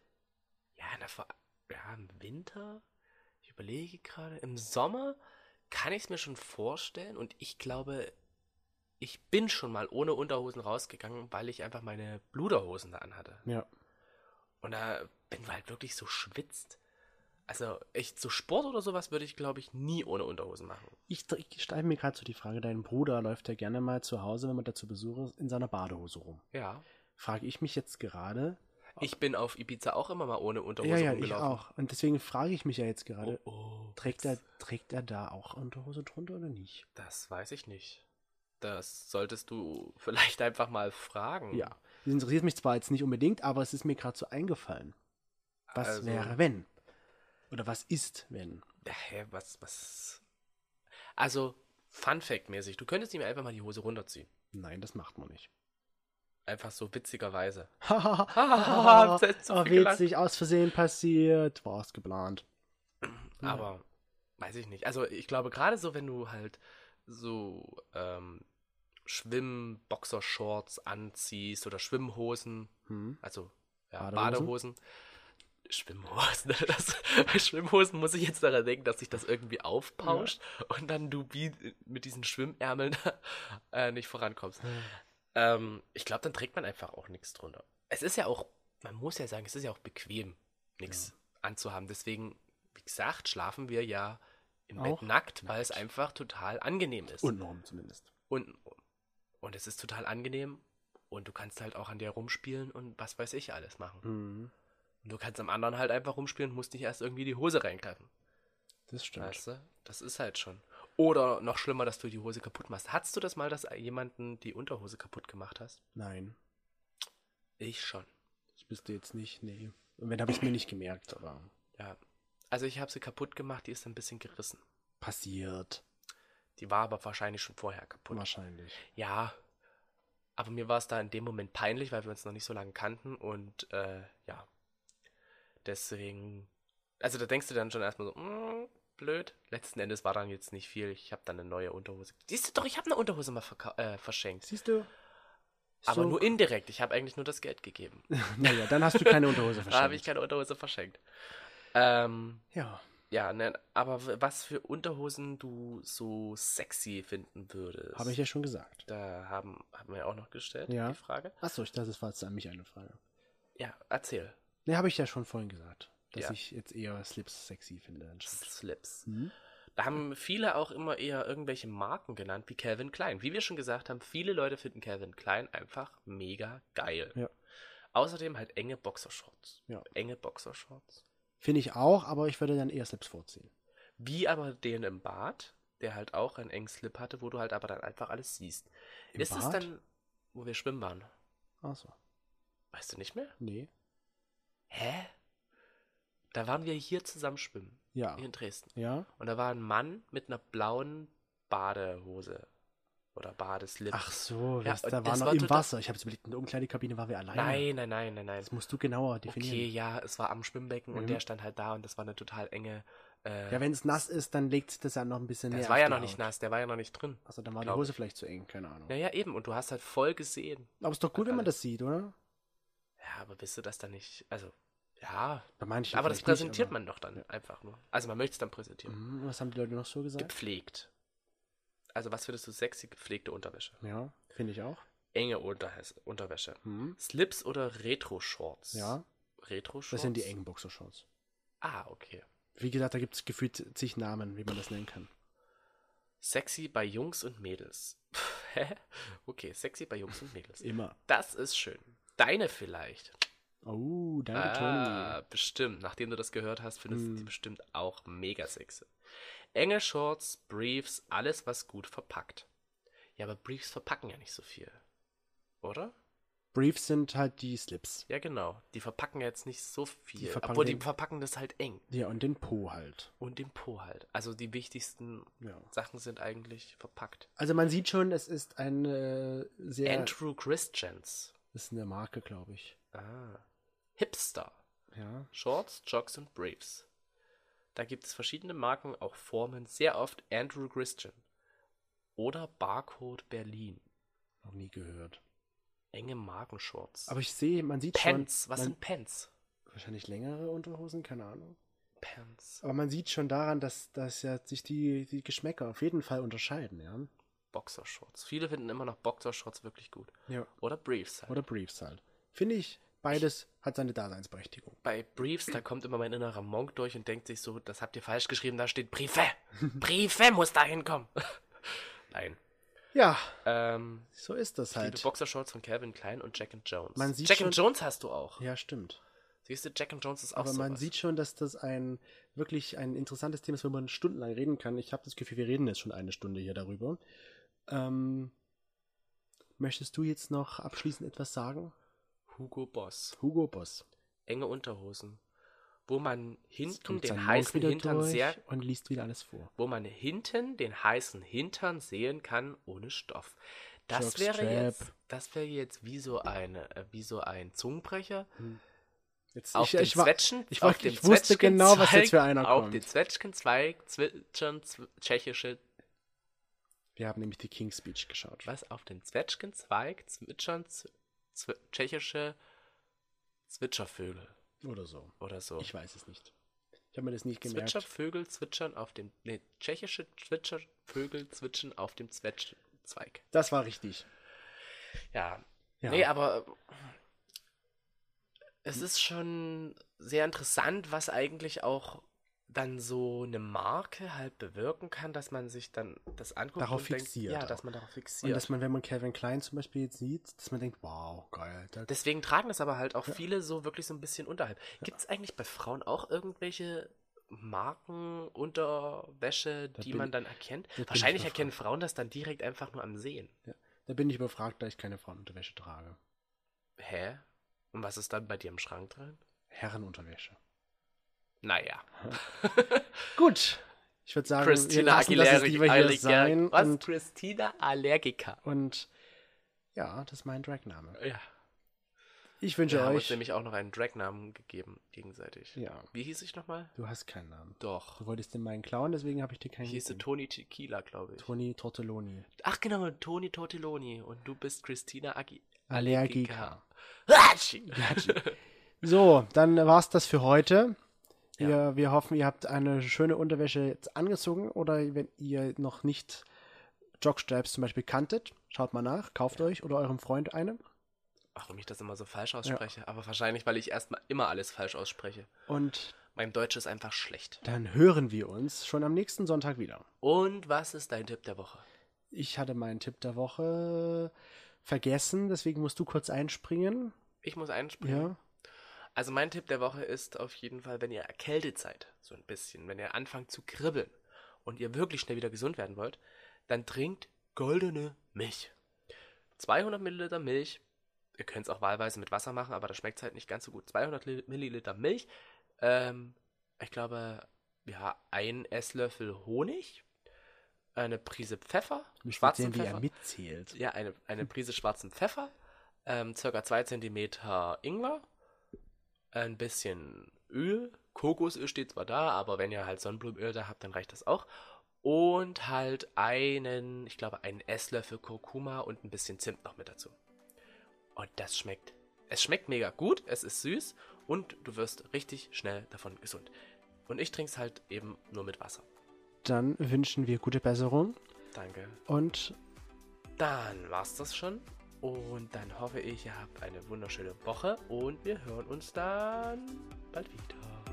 C: Ja, na, vor, ja, im Winter, ich überlege gerade, im Sommer kann ich es mir schon vorstellen und ich glaube, ich bin schon mal ohne Unterhosen rausgegangen, weil ich einfach meine Bluderhosen da anhatte.
D: Ja.
C: Und da, wenn du halt wirklich so schwitzt. Also echt, so Sport oder sowas würde ich, glaube ich, nie ohne Unterhosen machen.
D: Ich, tr- ich stelle mir gerade so die Frage, dein Bruder läuft ja gerne mal zu Hause, wenn man dazu Besuch ist, in seiner Badehose rum.
C: Ja.
D: Frage ich mich jetzt gerade.
C: Ich bin auf Ibiza auch immer mal ohne
D: ja,
C: Unterhose
D: ja, ich
C: rumgelaufen.
D: auch. Und deswegen frage ich mich ja jetzt gerade,
C: Oh, oh,
D: trägt, er, trägt er da auch Unterhose drunter oder nicht?
C: das weiß ich nicht. Das solltest du *laughs* vielleicht einfach mal fragen.
D: Ja. Das interessiert mich zwar jetzt nicht unbedingt, aber es ist mir gerade so eingefallen. Was
C: Also-
D: wäre, wenn? Oder was ist, wenn?
C: Ja, Hä, was, was? Also, Fun Fact-mäßig, du könntest ihm einfach mal die Hose runterziehen.
D: Nein, das macht man
C: *laughs*
D: nicht.
C: Einfach so witzigerweise. *laughs*
D: Hahaha,
C: Hab's jetzt so
D: oh,
C: viel gelacht.
D: witzig, aus Versehen passiert. War es geplant. Ja.
C: Aber weiß ich nicht. Also ich glaube, gerade so, wenn du halt so ähm, Schwimmboxershorts anziehst oder Schwimmhosen,
D: Hm?
C: also ja, Badehosen.
D: Badehosen?
C: Schwimmhosen. *laughs* ne? Das, bei Schwimmhosen muss ich jetzt daran denken, dass sich das irgendwie aufpauscht und dann du wie äh, mit diesen Schwimmärmeln *laughs* äh, nicht vorankommst. Ähm, ich glaube, dann trägt man einfach auch nichts drunter. Es ist ja auch, man muss ja sagen, es ist ja auch bequem, nichts anzuhaben. Deswegen, wie gesagt, schlafen wir ja im
D: Auch
C: Bett nackt, weil es einfach total angenehm ist
D: Unnorm zumindest.
C: unten rum. Und es ist total angenehm und du kannst halt auch an dir rumspielen und was weiß ich alles machen.
D: Mhm.
C: Und du kannst am anderen halt einfach rumspielen und musst nicht erst irgendwie die Hose reingreifen.
D: Das stimmt.
C: Weißt du? Das ist halt schon. Oder noch schlimmer, dass du die Hose kaputt machst. Hattest du das mal, dass jemanden die Unterhose kaputt gemacht hast?
D: Nein,
C: Ich schon.
D: das bist du jetzt nicht. Nee. Und wenn, habe ich mir nicht gemerkt, aber
C: Ja. Also ich habe sie kaputt gemacht, die ist ein bisschen gerissen.
D: passiert.
C: Die war aber wahrscheinlich schon vorher kaputt.
D: Wahrscheinlich.
C: Ja. Aber mir war es da in dem Moment peinlich, weil wir uns noch nicht so lange kannten und äh, ja. Deswegen. Also da denkst du dann schon erstmal so, mm, blöd. Letzten Endes war dann jetzt nicht viel. Ich habe dann eine neue Unterhose. Siehst du doch, ich habe eine Unterhose mal verka- äh, verschenkt.
D: Siehst du?
C: Aber
D: So-
C: nur indirekt. Ich habe eigentlich nur das Geld
D: *laughs*
C: gegeben.
D: Naja, dann hast du *laughs* keine Unterhose
C: Da habe ich
D: verschenkt.
C: keine Unterhose verschenkt. Ähm,
D: ja.
C: ja, ne, aber w- was für Unterhosen du so sexy finden würdest.
D: Habe ich ja schon gesagt.
C: Da haben, haben wir ja auch noch gestellt,
D: Ja.
C: die Frage.
D: Achso, ich dachte, das war jetzt an mich eine Frage.
C: Ja, erzähl.
D: Ne, habe ich ja schon vorhin gesagt, dass
C: Ja.
D: ich jetzt eher Slips sexy finde. anstatt-
C: Slips.
D: Hm?
C: Da haben viele auch immer eher irgendwelche Marken genannt, wie Calvin Klein. Wie wir schon gesagt haben, viele Leute finden Calvin Klein einfach mega geil.
D: Ja.
C: Außerdem halt enge Boxershorts.
D: Ja.
C: Enge Boxershorts.
D: Finde ich auch, aber ich würde dann eher Slips vorziehen.
C: Wie aber den im Bad, der halt auch einen engen Slip hatte, wo du halt aber dann einfach alles siehst.
D: Im
C: Ist es
D: Bad?
C: dann, wo wir schwimmen waren?
D: Achso.
C: Weißt du nicht mehr?
D: Nee.
C: Hä? Da waren wir hier zusammen schwimmen.
D: Ja.
C: Hier in Dresden.
D: Ja?
C: Und da war ein Mann mit einer blauen Badehose. Oder Badeslip.
D: Ach so,
C: Ja,
D: das,
C: und
D: da war
C: das
D: noch
C: war
D: im
C: total-
D: Wasser. Ich habe es überlegt, in der Umkleidekabine waren wir alleine.
C: Nein, nein, nein, nein, nein.
D: Das musst du genauer
C: Okay,
D: definieren.
C: ja, es war am Schwimmbecken
D: Mhm.
C: und der stand halt da und das war eine total enge. Äh,
D: Ja, wenn es nass ist, dann legt sich das ja noch ein bisschen näher.
C: das
D: auf
C: war ja
D: die
C: noch nicht
D: Haut.
C: nass, der war ja noch nicht drin.
D: Achso, dann war die
C: glaub
D: Hose
C: ich.
D: vielleicht zu eng, keine Ahnung.
C: Naja, eben, und du hast halt voll gesehen.
D: Aber ist doch gut, wenn man
C: Alles.
D: das sieht, oder?
C: Ja, aber bist du das dann nicht? Also, ja.
D: Bei manchen.
C: aber das
D: vielleicht
C: präsentiert
D: nicht,
C: man doch dann einfach nur. Also, man möchte es dann präsentieren.
D: Mhm, Was haben die Leute noch so gesagt?
C: Gepflegt. Also, was findest du sexy? Gepflegte Unterwäsche.
D: Ja, finde ich auch.
C: Enge Unterhäs- Unterwäsche.
D: Mhm.
C: Slips oder Retro-Shorts?
D: Ja,
C: Retro-Shorts?
D: das sind die engen Boxershorts.
C: Ah, okay.
D: Wie gesagt, da gibt es gefühlt zig Namen, wie man das nennen kann.
C: Sexy bei Jungs und Mädels. *laughs* Hä? okay, sexy bei Jungs und Mädels.
D: Immer.
C: Das ist schön. Deine vielleicht.
D: Oh, danke,
C: Ah, bestimmt. Nachdem du das gehört hast, findest
D: Mm.
C: du die bestimmt auch mega sexy. Enge Shorts, Briefs, alles was gut verpackt. Ja, aber Briefs verpacken ja nicht so viel. Oder?
D: Toni. Briefs sind halt die Slips.
C: Ja, genau. Die verpacken ja jetzt nicht so viel.
D: Die verpacken
C: obwohl die
D: den-
C: verpacken das halt eng.
D: Ja, und den Po halt.
C: Und den Po halt. Also die wichtigsten
D: Ja.
C: Sachen sind eigentlich verpackt.
D: Also man sieht schon, es ist ein äh, sehr.
C: Andrew Christians.
D: ist eine Marke, glaube ich.
C: Ah. Hipster.
D: Ja.
C: Shorts, Jogs und Briefs. Da gibt es verschiedene Marken, auch Formen, sehr oft Andrew Christian. Oder Barcode Berlin.
D: Noch nie gehört.
C: Enge Markenshorts.
D: Aber ich sehe, man sieht
C: Pants,
D: schon.
C: was
D: man,
C: sind Pants?
D: Wahrscheinlich längere Unterhosen, keine Ahnung.
C: Pants.
D: Aber man sieht schon daran, dass, dass ja sich die, die Geschmäcker auf jeden Fall unterscheiden, ja.
C: Boxershorts. Viele finden immer noch Boxershorts wirklich gut.
D: Ja.
C: Oder Briefs halt.
D: Oder Briefs halt. Finde ich, beides hat seine Daseinsberechtigung.
C: Bei Briefs, da kommt immer mein innerer Monk durch und denkt sich so, das habt ihr falsch geschrieben, da steht Briefe.
D: *laughs*
C: Briefe muss da hinkommen. *laughs* Nein.
D: Ja,
C: Ähm,
D: so ist das
C: ich liebe
D: halt.
C: Boxershorts von Calvin Klein und Jack and Jones.
D: Man sieht
C: Jack
D: schon-
C: and Jones hast du auch.
D: Ja, stimmt.
C: Siehst du, Jack and Jones ist auch
D: Aber man
C: sowas.
D: sieht schon, dass das ein wirklich ein interessantes Thema ist, wo man stundenlang reden kann. Ich habe das Gefühl, wir reden jetzt schon eine Stunde hier darüber. Ähm, möchtest du jetzt noch abschließend etwas sagen?
C: Hugo Boss.
D: Hugo Boss.
C: Enge Unterhosen. Wo man
D: Jetzt
C: hinten
D: kommt
C: den
D: sein
C: heißen
D: Monk wieder
C: Hintern
D: durch
C: sehr,
D: und liest wieder alles vor.
C: wo man hinten den heißen Hintern sehen kann ohne Stoff. Das wäre
D: Jockstrap.
C: jetzt, das wäre jetzt wie so eine, äh, wie so ein Zungenbrecher.
D: Jetzt,
C: Auf den
D: wa-
C: Zwetschgen,
D: ich,
C: auf
D: wollte-
C: den
D: ich wusste genau, was jetzt für
C: Zwetschgenzweig-
D: einer
C: Auf
D: kommt.
C: den Zwetschgenzweig zwitschern zw tschechische
D: Wir haben nämlich die King's Speech geschaut.
C: Was auf den Zwetschgenzweig zwitschern zw zw tschechische Zwitschervögel
D: Oder so.
C: oder so.
D: Ich weiß es nicht. Ich habe mir das nicht gemerkt.
C: Zwitschervögel zwitschern auf dem. Nee, tschechische Zwitschervögel zwitschern auf dem Zwetschgenzweig.
D: Das war richtig.
C: Ja.
D: Ja.
C: Nee, aber äh, es ist schon sehr interessant, was eigentlich auch dann so eine Marke halt bewirken kann, dass man sich dann das anguckt
D: Darauf
C: und denkt,
D: fixiert
C: ja,
D: auch.
C: dass man darauf
D: Und
C: fixiert.
D: dass man, wenn man Calvin Klein zum Beispiel jetzt sieht, dass man denkt, wow, geil. Da,
C: Deswegen tragen das aber halt auch viele so wirklich so ein bisschen unterhalb. Gibt es eigentlich bei Frauen auch irgendwelche Marken, Unterwäsche, die
D: bin-
C: man dann erkennt?
D: bin ich
C: Wahrscheinlich
D: überfragt.
C: erkennen Frauen das dann direkt einfach nur am Sehen.
D: da bin ich überfragt, da ich keine Frauenunterwäsche trage.
C: Hä? Und was ist dann bei dir im Schrank drin?
D: Herrenunterwäsche.
C: Naja.
D: Gut. Ich würde sagen,
C: Christina
D: Also, wir lassen das
C: Aguilera.
D: lieber hier sein.
C: Was?
D: Und,
C: Christina Allergica.
D: und ja, das ist mein Dragname.
C: Ja.
D: Ich wünsche
C: Wir haben uns
D: euch.
C: nämlich auch noch einen Dragnamen gegeben, gegenseitig.
D: Ja,
C: Wie hieß ich nochmal?
D: du hast keinen Namen.
C: Doch.
D: Du wolltest den meinen klauen, deswegen habe ich dir keinen
C: Ich hieße
D: gegeben.
C: Toni Tequila, glaube ich.
D: Toni Tortelloni.
C: Ach genau, Toni Tortelloni. Und du bist Christina Agi
D: Allergiker.
C: Hatschi.
D: So, dann war's das für heute.
C: Ja.
D: Wir, wir hoffen, ihr habt eine schöne Unterwäsche jetzt angezogen oder wenn ihr noch nicht Jogstripes zum Beispiel kanntet, schaut mal nach, kauft euch oder eurem Freund eine.
C: Warum ich das immer so falsch ausspreche? Aber wahrscheinlich, weil ich erstmal immer alles falsch ausspreche.
D: Und
C: Mein Deutsch ist einfach schlecht.
D: dann hören wir uns schon am nächsten Sonntag wieder.
C: Und was ist dein Tipp der Woche?
D: Ich hatte meinen Tipp der Woche vergessen, deswegen musst du kurz einspringen.
C: Ich muss einspringen.
D: Ja.
C: Also mein Tipp der Woche ist auf jeden Fall, wenn ihr erkältet seid, so ein bisschen, wenn ihr anfangt zu kribbeln und ihr wirklich schnell wieder gesund werden wollt, dann trinkt goldene Milch. 200 Milliliter Milch, ihr könnt es auch wahlweise mit Wasser machen, aber das schmeckt halt nicht ganz so gut. 200 Li- Milliliter Milch, ähm, ich glaube, ja, ein Esslöffel Honig, eine Prise Pfeffer,
D: Müssen wir
C: schwarzen
D: sehen, wie er
C: Pfeffer.
D: mitzählt.
C: Ja, eine, eine Prise schwarzen Pfeffer, ähm, circa 2 cm Ingwer, ein bisschen Öl, Kokosöl steht zwar da, aber wenn ihr halt Sonnenblumenöl da habt, dann reicht das auch. Und halt einen, ich glaube, einen Esslöffel Kurkuma und ein bisschen Zimt noch mit dazu. Und das schmeckt. Es schmeckt mega gut, es ist süß und du wirst richtig schnell davon gesund. Und ich trinke es halt eben nur mit Wasser.
D: Dann wünschen wir gute Besserung
C: Danke.
D: und
C: Dann war's das schon. Und dann hoffe ich, ihr habt eine wunderschöne Woche und wir hören uns dann bald wieder.